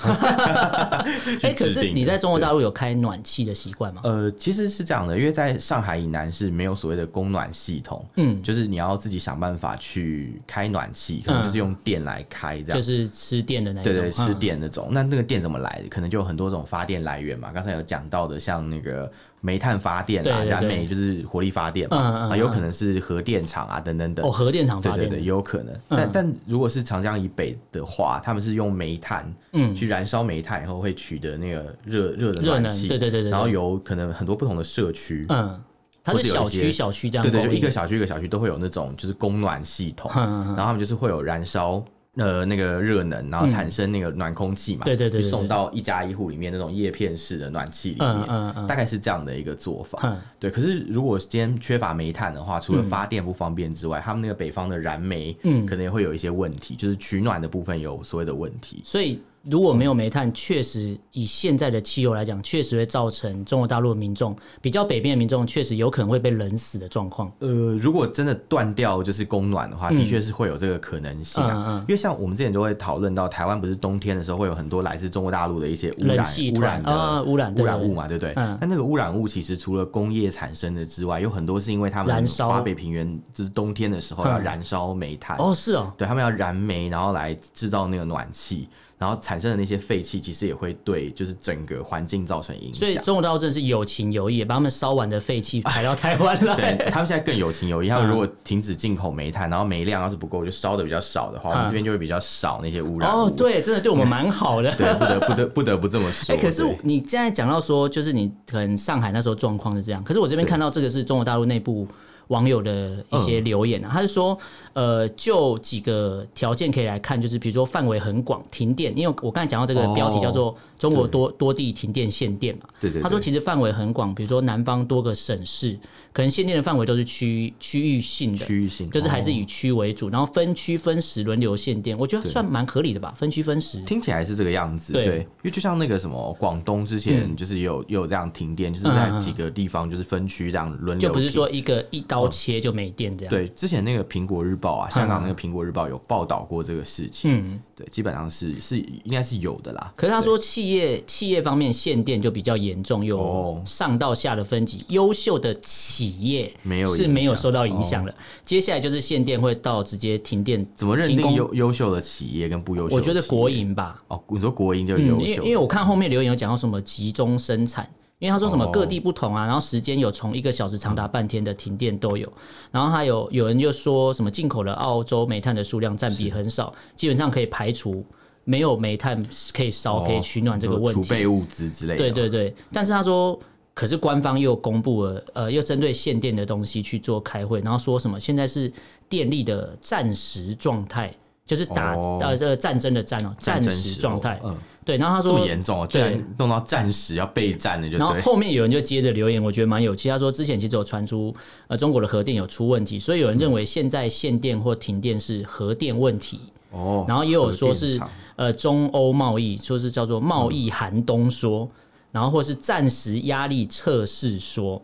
[SPEAKER 2] 去
[SPEAKER 1] 哎、
[SPEAKER 2] 制
[SPEAKER 1] 可是
[SPEAKER 2] 定
[SPEAKER 1] 你
[SPEAKER 2] 的
[SPEAKER 1] 在中国大陆有开暖气的习惯吗？
[SPEAKER 2] 呃，其实是这样的，因为在上海以南是没有所谓的供暖系统，
[SPEAKER 1] 嗯，
[SPEAKER 2] 就是你要自己想办法去开暖气，可能就是用电来开这样。
[SPEAKER 1] 就是吃电的那一
[SPEAKER 2] 对
[SPEAKER 1] 种，
[SPEAKER 2] 对，
[SPEAKER 1] 嗯
[SPEAKER 2] 吃电那种，那那个电怎么来的？可能就有很多种发电来源嘛。刚才有讲到的，像那个煤炭发电啊，
[SPEAKER 1] 对对对
[SPEAKER 2] 燃煤就是火力发电嘛，
[SPEAKER 1] 嗯嗯嗯
[SPEAKER 2] 啊，有可能是核电厂啊，等等等。
[SPEAKER 1] 哦，核电厂
[SPEAKER 2] 对
[SPEAKER 1] 发
[SPEAKER 2] 对
[SPEAKER 1] 电嗯
[SPEAKER 2] 对，
[SPEAKER 1] 的，
[SPEAKER 2] 也有可能。但但如果是长江以北的话，他们是用煤炭
[SPEAKER 1] 嗯，
[SPEAKER 2] 去燃烧煤炭以后会取得那个热热的
[SPEAKER 1] 热
[SPEAKER 2] 暖
[SPEAKER 1] 能，
[SPEAKER 2] 气，
[SPEAKER 1] 对对对对，对
[SPEAKER 2] 然后有可能很多不同的社区，
[SPEAKER 1] 嗯，它
[SPEAKER 2] 或
[SPEAKER 1] 是
[SPEAKER 2] 者有
[SPEAKER 1] 小
[SPEAKER 2] 一
[SPEAKER 1] 区
[SPEAKER 2] 些
[SPEAKER 1] 小区这样
[SPEAKER 2] 对对，
[SPEAKER 1] 供
[SPEAKER 2] 就一
[SPEAKER 1] 应
[SPEAKER 2] 个小区一个小区都会有那种就是供暖系统，
[SPEAKER 1] 嗯嗯
[SPEAKER 2] 然后他们就是会有燃烧。呃，那个热能，然后产生那个暖空气嘛，
[SPEAKER 1] 对对对对
[SPEAKER 2] 就送
[SPEAKER 1] 对
[SPEAKER 2] 到一家一户里面那种叶片式的暖气里面，
[SPEAKER 1] 嗯嗯嗯
[SPEAKER 2] 大概是这样的一个做法。
[SPEAKER 1] 嗯
[SPEAKER 2] 对，可是如果今天缺乏煤炭的话，除了发电不方便之外，他们那个北方的燃煤，
[SPEAKER 1] 嗯
[SPEAKER 2] 可能也会有一些问题，就是取暖的部分有所谓的问题。
[SPEAKER 1] 所以如果没有煤炭，确实以现在的汽油来讲，确实会造成中国大陆的民众比较北边的民众，确实有可能会被冷死的状况。
[SPEAKER 2] 呃，如果真的断掉就是供暖的话，的确是会有这个可能性啊。
[SPEAKER 1] 嗯嗯
[SPEAKER 2] 因为像我们之前就会讨论到，台湾不是冬天的时候会有很多来自中国大陆的一些污
[SPEAKER 1] 冷
[SPEAKER 2] 染
[SPEAKER 1] 气
[SPEAKER 2] 污
[SPEAKER 1] 团
[SPEAKER 2] 染的、
[SPEAKER 1] 啊，污染
[SPEAKER 2] 污染物，嘛，对不对？
[SPEAKER 1] 嗯
[SPEAKER 2] 但那个污染物其实除了工业产生的之外，有很多是因为他
[SPEAKER 1] 燃
[SPEAKER 2] 们
[SPEAKER 1] 烧
[SPEAKER 2] 华北平原就是冬天的时候要
[SPEAKER 1] 嗯
[SPEAKER 2] 燃烧煤炭，
[SPEAKER 1] 对对对哦，是哦，
[SPEAKER 2] 对他们要燃煤，然后来制造那个暖气，然后产生的那些废气其实也会对就是整个环境造成影
[SPEAKER 1] 所以
[SPEAKER 2] 响。
[SPEAKER 1] 中国大陆真的是有情有义，把他们烧完的废气排
[SPEAKER 2] <laughs>
[SPEAKER 1] 到台湾
[SPEAKER 2] 对
[SPEAKER 1] 来。
[SPEAKER 2] 他们现在更有情有义，他
[SPEAKER 1] 嗯
[SPEAKER 2] 们如果停止进口煤炭，然后煤量要是不够，就烧的比较少的话，我们
[SPEAKER 1] 嗯
[SPEAKER 2] 这边就会比较少那些污染物。
[SPEAKER 1] 哦，对，真的对我们蛮好的。
[SPEAKER 2] 对，不得不得不得不这么说。
[SPEAKER 1] 哎、可是
[SPEAKER 2] 对
[SPEAKER 1] 你现在讲到说，就是你可能上海那时候状况是这样，可是我这边
[SPEAKER 2] 对
[SPEAKER 1] 看到这个是中国大陆内部网友的一些留
[SPEAKER 2] 嗯
[SPEAKER 1] 言啊，他是说，呃，就几个条件可以来看，就是比如说范围很广，停电，因为我刚才讲到这个标题
[SPEAKER 2] 哦
[SPEAKER 1] 叫做“中国多多地停电限电”嘛，
[SPEAKER 2] 对对，
[SPEAKER 1] 他说
[SPEAKER 2] 对
[SPEAKER 1] 其实范围很广，比如说南方多个省市，可能限电的范围都是区区域性的。
[SPEAKER 2] 区域性
[SPEAKER 1] 就是还是
[SPEAKER 2] 哦
[SPEAKER 1] 以区为主，然后分区分时轮流限电，我觉得算蛮合理的吧，分区分时。
[SPEAKER 2] 听起来是这个样子，
[SPEAKER 1] 对嗯
[SPEAKER 2] 对，因为就像那个什么广东之前就是也有、也有这样停电，就是在几个地方就是分区这样轮流停，
[SPEAKER 1] 就不是说一个一刀切就没电这样。，
[SPEAKER 2] 对之前那个苹果日报啊，香港那个苹果日报有报道过这个事情，
[SPEAKER 1] 嗯。
[SPEAKER 2] 对，基本上是是应该是有的啦。
[SPEAKER 1] 可是他说企业企业方面限电就比较严重，有
[SPEAKER 2] 哦
[SPEAKER 1] 上到下的分级，优秀的企业
[SPEAKER 2] 没有
[SPEAKER 1] 是
[SPEAKER 2] 影
[SPEAKER 1] 没有
[SPEAKER 2] 响
[SPEAKER 1] 受到影响的。接下来就是限电会到直接停电，
[SPEAKER 2] 怎么认
[SPEAKER 1] 停
[SPEAKER 2] 定
[SPEAKER 1] 工
[SPEAKER 2] 优优秀的企业跟不优秀的
[SPEAKER 1] 我
[SPEAKER 2] 企业？
[SPEAKER 1] 觉得国营吧，
[SPEAKER 2] 哦，你说国营就
[SPEAKER 1] 嗯，
[SPEAKER 2] 优
[SPEAKER 1] 因
[SPEAKER 2] 秀
[SPEAKER 1] 为因为我看后面留言有讲到什么集中生产，因为他说什么
[SPEAKER 2] 哦嗯
[SPEAKER 1] 各地不同啊，然后时间有从一个小时长达半天的停电都有，然后还有有人就说什么进口的澳洲煤炭的数量占比很少，基本上可以排除没有煤炭可以烧、可以取暖这个问
[SPEAKER 2] 哦储
[SPEAKER 1] 题。
[SPEAKER 2] 备啊物资之类的，
[SPEAKER 1] 对对对，但是他说。可是官方又公布了，呃，又针对限电的东西去做开会，然后说什么现在是电力的暂时状态，就是打、
[SPEAKER 2] 哦
[SPEAKER 1] 呃这个战争的战哦，
[SPEAKER 2] 战
[SPEAKER 1] 暂
[SPEAKER 2] 争
[SPEAKER 1] 时
[SPEAKER 2] 时候
[SPEAKER 1] 状态。
[SPEAKER 2] 嗯，
[SPEAKER 1] 对，然后他
[SPEAKER 2] 这
[SPEAKER 1] 说
[SPEAKER 2] 么严重哦，居然弄到战时要备战了，就
[SPEAKER 1] 然后
[SPEAKER 2] 对。
[SPEAKER 1] 后面有人就接着留言，我觉得蛮有趣。他说之前其实有传出，呃，中国的核电有出问题，所以有人认为现在限电或停电是核电问题，
[SPEAKER 2] 哦，
[SPEAKER 1] 然后也有说
[SPEAKER 2] 核
[SPEAKER 1] 是
[SPEAKER 2] 电厂
[SPEAKER 1] 呃中欧贸易，说是叫做贸易寒冬说，然后或是暂时压力测试说，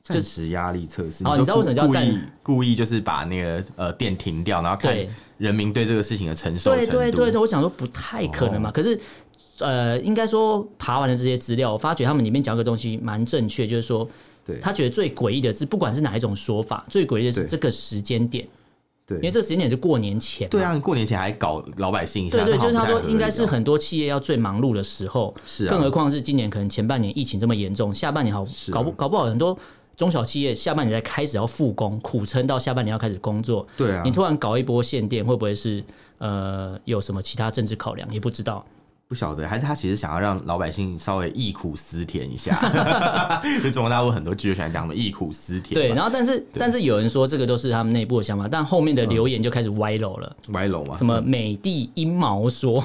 [SPEAKER 2] 暂时压力测试。
[SPEAKER 1] 哦
[SPEAKER 2] 说
[SPEAKER 1] 你知道为什么叫
[SPEAKER 2] 故
[SPEAKER 1] 战
[SPEAKER 2] 故意故意就是把那个呃电停掉，然后看
[SPEAKER 1] 对
[SPEAKER 2] 人民对这个事情的承受程
[SPEAKER 1] 对
[SPEAKER 2] 度。哦
[SPEAKER 1] 对对对，我想说不太可能嘛，可是。呃，应该说爬完了这些资料，我发觉他们里面讲一个东西蛮正确，就是说，
[SPEAKER 2] 对
[SPEAKER 1] 他觉得最诡异的是，不管是哪一种说法，最诡异的是
[SPEAKER 2] 对
[SPEAKER 1] 这个时间点，
[SPEAKER 2] 对
[SPEAKER 1] 因为这个时间点是过年前嘛，
[SPEAKER 2] 对啊！你过年前还搞老百姓一下，
[SPEAKER 1] 对对，
[SPEAKER 2] 这
[SPEAKER 1] 就是
[SPEAKER 2] 好
[SPEAKER 1] 他说
[SPEAKER 2] 像不太合理哦
[SPEAKER 1] 应该是很多企业要最忙碌的时候，
[SPEAKER 2] 是啊
[SPEAKER 1] 更何况是今年可能前半年疫情这么严重，下半年好、
[SPEAKER 2] 是啊
[SPEAKER 1] 搞不搞不好很多中小企业下半年才开始要复工，苦撑到下半年要开始工作。
[SPEAKER 2] 对啊
[SPEAKER 1] 你，突然搞一波限电，会不会是呃有什么其他政治考量？也不知道。
[SPEAKER 2] 不晓得，还是他其实想要让老百姓稍微忆苦思甜一下。 <laughs> 就中国大陆很多剧就喜欢讲什么忆苦思甜，
[SPEAKER 1] 对，，然后但是但是有人说这个都是他们内部的想法，但后面
[SPEAKER 2] 嗯
[SPEAKER 1] 的留言就开始歪楼了，
[SPEAKER 2] 歪楼嘛，
[SPEAKER 1] 什么美帝阴谋说，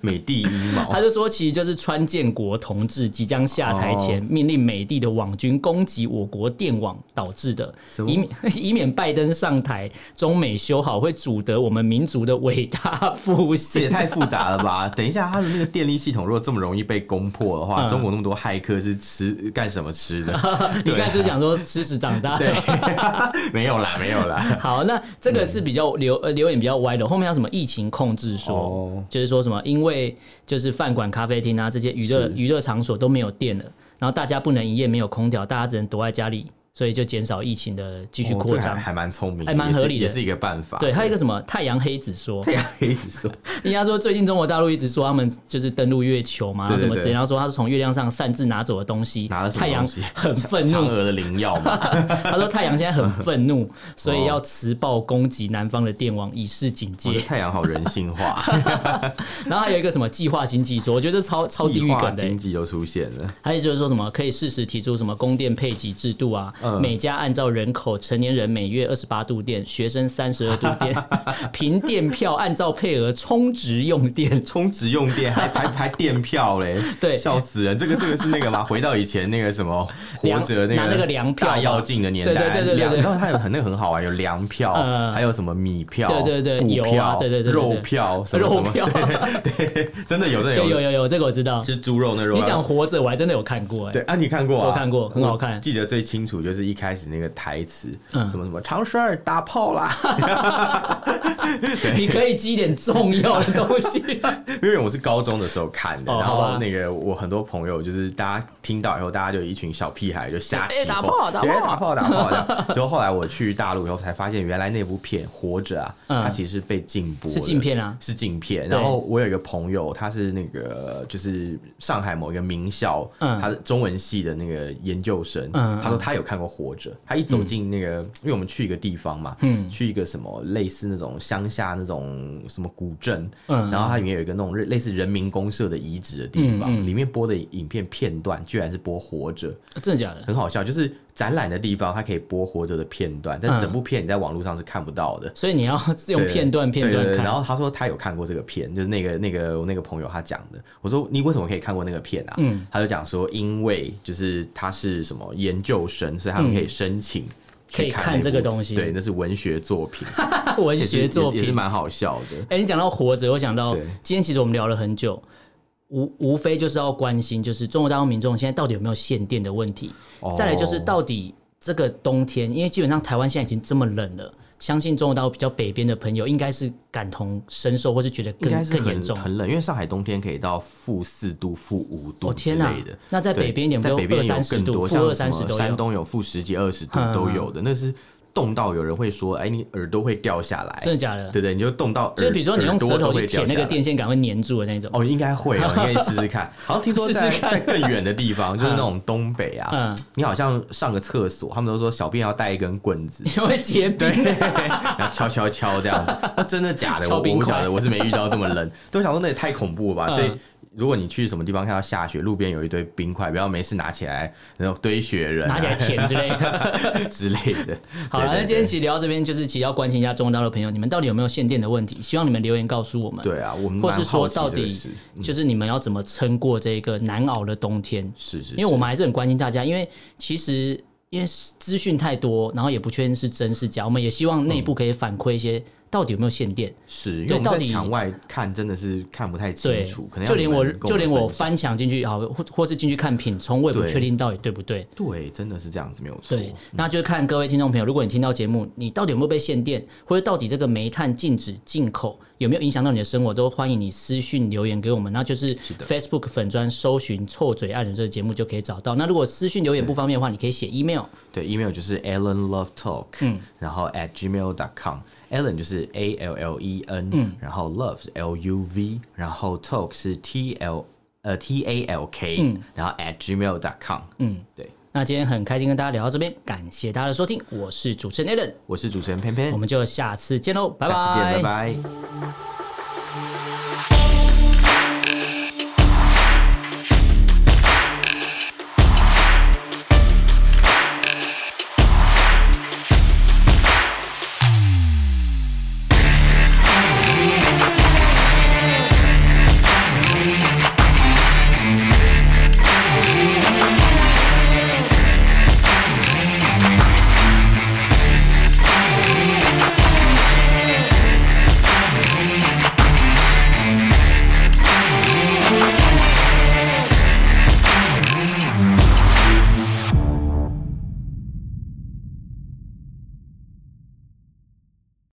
[SPEAKER 2] 美帝阴
[SPEAKER 1] 他
[SPEAKER 2] 谋，
[SPEAKER 1] 就说，其实就是川建国同志即将下台前，
[SPEAKER 2] 哦
[SPEAKER 1] 命令美帝的网军攻击我国电网导致的，
[SPEAKER 2] 什么
[SPEAKER 1] 以免 <laughs> 以免拜登上台，中美修好会阻得我们民族的伟大复
[SPEAKER 2] 这也
[SPEAKER 1] 兴。 <laughs>
[SPEAKER 2] 太复杂了吧？等一下，它的那个电力系统如果这么容易被攻破的话，
[SPEAKER 1] 嗯
[SPEAKER 2] 中国那么多骇客是吃干什么吃的？
[SPEAKER 1] <laughs> 你
[SPEAKER 2] 对啊
[SPEAKER 1] 刚才是不是想说吃屎长大？
[SPEAKER 2] 对， <laughs> 没有啦，没有啦。
[SPEAKER 1] 好，那这个是比较留呃留言比较歪的，后面有什么疫情控制说，
[SPEAKER 2] 哦
[SPEAKER 1] 就是说什么因为就是饭馆、咖啡厅啊这些娱乐
[SPEAKER 2] 是
[SPEAKER 1] 娱乐场所都没有电了，然后大家不能营业，没有空调，大家只能躲在家里，所以就减少疫情的继续
[SPEAKER 2] 哦
[SPEAKER 1] 扩
[SPEAKER 2] 这
[SPEAKER 1] 张。
[SPEAKER 2] 还还蛮聪明的，
[SPEAKER 1] 还蛮
[SPEAKER 2] 也是
[SPEAKER 1] 合理的
[SPEAKER 2] 也是一个办法。
[SPEAKER 1] 对，还有一个什么太阳黑子说，
[SPEAKER 2] 太阳黑子说，
[SPEAKER 1] 人家说最近中国大陆一直说他们就是登陆月球嘛，
[SPEAKER 2] 对对
[SPEAKER 1] 什么
[SPEAKER 2] 对
[SPEAKER 1] 之类，然后说他是从月亮上擅自拿走的东西，
[SPEAKER 2] 拿了什么
[SPEAKER 1] 太阳
[SPEAKER 2] 东西
[SPEAKER 1] 很愤
[SPEAKER 2] 嫦
[SPEAKER 1] 怒，
[SPEAKER 2] 娥的灵药
[SPEAKER 1] <laughs>
[SPEAKER 2] 嘛，
[SPEAKER 1] 他说太阳现在很愤
[SPEAKER 2] <laughs> 哦
[SPEAKER 1] 怒，所以要持报攻击南方的电网以示警
[SPEAKER 2] 我觉
[SPEAKER 1] 戒
[SPEAKER 2] 得。太阳好人性化，
[SPEAKER 1] 然后还有一个什么计划经济说，我觉得这超 <laughs> 超地狱
[SPEAKER 2] 计划
[SPEAKER 1] 梗的欸、
[SPEAKER 2] 经济都出现了，
[SPEAKER 1] 还有就是说什么可以适时提出什么供电配给制度啊，
[SPEAKER 2] 嗯
[SPEAKER 1] 每家按照人口，成年人每月二十八度电，学生三十二度
[SPEAKER 2] <laughs>
[SPEAKER 1] 电，凭电票按照配额充值用电。
[SPEAKER 2] 充值用电还还还电票嘞，
[SPEAKER 1] <laughs> 对
[SPEAKER 2] 笑死人！这个这个是那个吗？回到以前那个
[SPEAKER 1] <laughs>
[SPEAKER 2] 什么活
[SPEAKER 1] 粮
[SPEAKER 2] 着
[SPEAKER 1] 拿那
[SPEAKER 2] 个
[SPEAKER 1] 个粮票
[SPEAKER 2] 大
[SPEAKER 1] 嘛
[SPEAKER 2] 跃进的年代，
[SPEAKER 1] 对对对对对
[SPEAKER 2] 粮
[SPEAKER 1] 对
[SPEAKER 2] 然后它有很那个很好玩，有粮票，
[SPEAKER 1] 嗯
[SPEAKER 2] 还有什么米票，
[SPEAKER 1] 对对对
[SPEAKER 2] 补
[SPEAKER 1] 有啊
[SPEAKER 2] 票，
[SPEAKER 1] 对对对对对
[SPEAKER 2] 肉票，什么
[SPEAKER 1] 肉
[SPEAKER 2] 什么，
[SPEAKER 1] 票，
[SPEAKER 2] 对 <laughs> 对，真的
[SPEAKER 1] <laughs>
[SPEAKER 2] 有真
[SPEAKER 1] 对，
[SPEAKER 2] 的
[SPEAKER 1] 有
[SPEAKER 2] 有，
[SPEAKER 1] 有有，这个我知道。
[SPEAKER 2] 吃猪肉那肉啊。
[SPEAKER 1] 你讲活着，我还真的有看过、哎，
[SPEAKER 2] 对啊，你看过啊？
[SPEAKER 1] 我看过很好看
[SPEAKER 2] 我记得最清楚就是一开始那个台词，
[SPEAKER 1] 嗯
[SPEAKER 2] 什么什么长十二打炮啦，
[SPEAKER 1] 你可以记一点重要的东
[SPEAKER 2] <laughs>
[SPEAKER 1] 西。
[SPEAKER 2] 因为我是高中的时候看的，
[SPEAKER 1] 哦
[SPEAKER 2] 然
[SPEAKER 1] 好
[SPEAKER 2] 后
[SPEAKER 1] 吧
[SPEAKER 2] 那个我很多朋友就是大家听到以后，大家就一群小屁孩就瞎
[SPEAKER 1] 哎
[SPEAKER 2] 起
[SPEAKER 1] 打
[SPEAKER 2] 哄
[SPEAKER 1] 炮打
[SPEAKER 2] 对
[SPEAKER 1] 炮
[SPEAKER 2] 打炮啊打炮
[SPEAKER 1] <laughs>
[SPEAKER 2] 这样。就后来我去大陆以后才发现，原来那部片《活着》啊，
[SPEAKER 1] 嗯
[SPEAKER 2] 它其实是被禁播的，
[SPEAKER 1] 是禁片啊
[SPEAKER 2] 是禁片。
[SPEAKER 1] 对
[SPEAKER 2] 然后我有一个朋友，他是那个就是上海某一个名校，
[SPEAKER 1] 嗯
[SPEAKER 2] 他是中文系的那个研究生，
[SPEAKER 1] 嗯嗯
[SPEAKER 2] 他说他有看过《活着》，他一走进那个，因为我们去一个地方嘛，
[SPEAKER 1] 嗯
[SPEAKER 2] 去一个什么类似那种乡下那种什么古镇，
[SPEAKER 1] 嗯
[SPEAKER 2] 然后它里面有一个那种类类似人民公社的遗址的地方，
[SPEAKER 1] 嗯嗯
[SPEAKER 2] 里面播的影片片段居然是播《活着》，
[SPEAKER 1] 真的假的？
[SPEAKER 2] 很好笑。就是展览的地方它可以播《活着》的片段，
[SPEAKER 1] 嗯
[SPEAKER 2] 但整部片你在网络上是看不到的。
[SPEAKER 1] 所以你要用
[SPEAKER 2] 对
[SPEAKER 1] 片段片
[SPEAKER 2] 对
[SPEAKER 1] 段
[SPEAKER 2] 对对
[SPEAKER 1] 看。
[SPEAKER 2] 然后他说他有看过这个片，就是那个那个我那个朋友他讲的。我说你为什么可以看过那个片啊？
[SPEAKER 1] 嗯
[SPEAKER 2] 他就讲说，因为就是他是什么研究生，所以他们可以申请、
[SPEAKER 1] 可以看这个东西
[SPEAKER 2] 对，那是文学作品，
[SPEAKER 1] <laughs> 文
[SPEAKER 2] 也是
[SPEAKER 1] 学作
[SPEAKER 2] 也是也是
[SPEAKER 1] 品。
[SPEAKER 2] 蛮好笑的。
[SPEAKER 1] 哎、你讲到活着，我想到
[SPEAKER 2] 对
[SPEAKER 1] 今天其实我们聊了很久，无无非就是要关心，就是中国大陆民众现在到底有没有限电的问题。
[SPEAKER 2] 哦
[SPEAKER 1] 再来就是到底这个冬天，因为基本上台湾现在已经这么冷了，相信中国大陆比较北边的朋友应该是感同身受，或是觉得
[SPEAKER 2] 应该
[SPEAKER 1] 更
[SPEAKER 2] 是
[SPEAKER 1] 更
[SPEAKER 2] 很
[SPEAKER 1] 严重。
[SPEAKER 2] 很冷，因为上海冬天可以到负四度、负五度
[SPEAKER 1] 哦
[SPEAKER 2] 之
[SPEAKER 1] 天
[SPEAKER 2] 类的。
[SPEAKER 1] 那在
[SPEAKER 2] 对
[SPEAKER 1] 北边一点，
[SPEAKER 2] 在北边
[SPEAKER 1] 二
[SPEAKER 2] 有
[SPEAKER 1] 三十
[SPEAKER 2] 更
[SPEAKER 1] 度，
[SPEAKER 2] 多，
[SPEAKER 1] 负
[SPEAKER 2] 像
[SPEAKER 1] 二
[SPEAKER 2] 什
[SPEAKER 1] 三十
[SPEAKER 2] 么
[SPEAKER 1] 都
[SPEAKER 2] 山
[SPEAKER 1] 有，嗯
[SPEAKER 2] 东有负十几、二十度都有的，那是冻到有人会说：“哎，你耳朵会掉下来。”
[SPEAKER 1] 真的假的？
[SPEAKER 2] 对对，你就冻到耳，
[SPEAKER 1] 就是比如说你用舌
[SPEAKER 2] 耳朵
[SPEAKER 1] 头
[SPEAKER 2] 都
[SPEAKER 1] 去
[SPEAKER 2] 会
[SPEAKER 1] 舔
[SPEAKER 2] 掉
[SPEAKER 1] 那
[SPEAKER 2] 下
[SPEAKER 1] 个
[SPEAKER 2] 来
[SPEAKER 1] 电线杆会粘住的那种。 <laughs>
[SPEAKER 2] 哦，应该会哦，你可以试试看。好像听说在
[SPEAKER 1] 试试看
[SPEAKER 2] 在更远的地
[SPEAKER 1] <laughs>
[SPEAKER 2] 方，就是那种东北啊，
[SPEAKER 1] 嗯
[SPEAKER 2] 你好像上个厕所，他们都说小便要带一根
[SPEAKER 1] <laughs>
[SPEAKER 2] 棍子，
[SPEAKER 1] 因为结冰，
[SPEAKER 2] 然后敲敲敲这样子，那真的假的？
[SPEAKER 1] 敲
[SPEAKER 2] 我
[SPEAKER 1] 冰
[SPEAKER 2] 我不
[SPEAKER 1] 块
[SPEAKER 2] 晓得，我是没遇到这么冷。都想说那也太恐怖了吧？
[SPEAKER 1] 嗯
[SPEAKER 2] 所以如果你去什么地方看到下雪，路边有一堆冰块，不要没事拿起来，然后堆雪人、啊
[SPEAKER 1] 拿起来舔之类的。
[SPEAKER 2] <laughs> 之类的。
[SPEAKER 1] <laughs> 好了，
[SPEAKER 2] 对
[SPEAKER 1] 那今天其实聊到这边，就是其实要关心一下中大陆的朋友，你们到底有没有限电的问题？希望你们留言告诉我们。
[SPEAKER 2] 对，对啊，我们
[SPEAKER 1] 或
[SPEAKER 2] 蛮
[SPEAKER 1] 是
[SPEAKER 2] 好
[SPEAKER 1] 说
[SPEAKER 2] 奇
[SPEAKER 1] 到
[SPEAKER 2] 这个
[SPEAKER 1] 底
[SPEAKER 2] 事
[SPEAKER 1] 就是你们要怎么撑过这个难熬的冬天？
[SPEAKER 2] 是是，
[SPEAKER 1] 因为我
[SPEAKER 2] 们
[SPEAKER 1] 们还是很关心大家，因为其实因为资讯太多，然后也不确定是真是假，我们也希望
[SPEAKER 2] 嗯
[SPEAKER 1] 内部可以反馈一些到底有没有限电。
[SPEAKER 2] 是因
[SPEAKER 1] 对
[SPEAKER 2] 为我
[SPEAKER 1] 到
[SPEAKER 2] 们在
[SPEAKER 1] 底
[SPEAKER 2] 墙外看真的是看不太
[SPEAKER 1] 对
[SPEAKER 2] 清楚，可能，要
[SPEAKER 1] 就连
[SPEAKER 2] 你们
[SPEAKER 1] 我
[SPEAKER 2] 跟
[SPEAKER 1] 就连我翻
[SPEAKER 2] 分享
[SPEAKER 1] 墙进去好，或或是进去看品冲，我也不
[SPEAKER 2] 对
[SPEAKER 1] 确定到底对不对。
[SPEAKER 2] 对，真的是这样子没有错。
[SPEAKER 1] 对，那就看各位听众朋友，如果你听到节目，你到底有没有被限电，或者到底这个煤炭禁止进口有没有影响到你的生活，都欢迎你私讯留言给我们。那就是
[SPEAKER 2] 的
[SPEAKER 1] Facebook 粉砖搜寻“臭嘴爱人”这个节目就可以找到。那如果私讯留言不方便的话，你可以写 email。
[SPEAKER 2] 对，email 就是 Alan Love Talk，
[SPEAKER 1] 嗯
[SPEAKER 2] 然后 at gmail.com。Alan 就是 A L L E N，、然
[SPEAKER 1] 嗯
[SPEAKER 2] 后 Love 是 L U V，然后 Talk 是 T L 呃 T A L K，、然后
[SPEAKER 1] 嗯
[SPEAKER 2] at gmail.com。嗯，对，
[SPEAKER 1] 那今天很开心跟大家聊到这边，感谢大家的收听，我是主持人 Allen，
[SPEAKER 2] 我是主持人偏偏
[SPEAKER 1] 我，们就下次见喽，拜
[SPEAKER 2] 下次见，拜拜。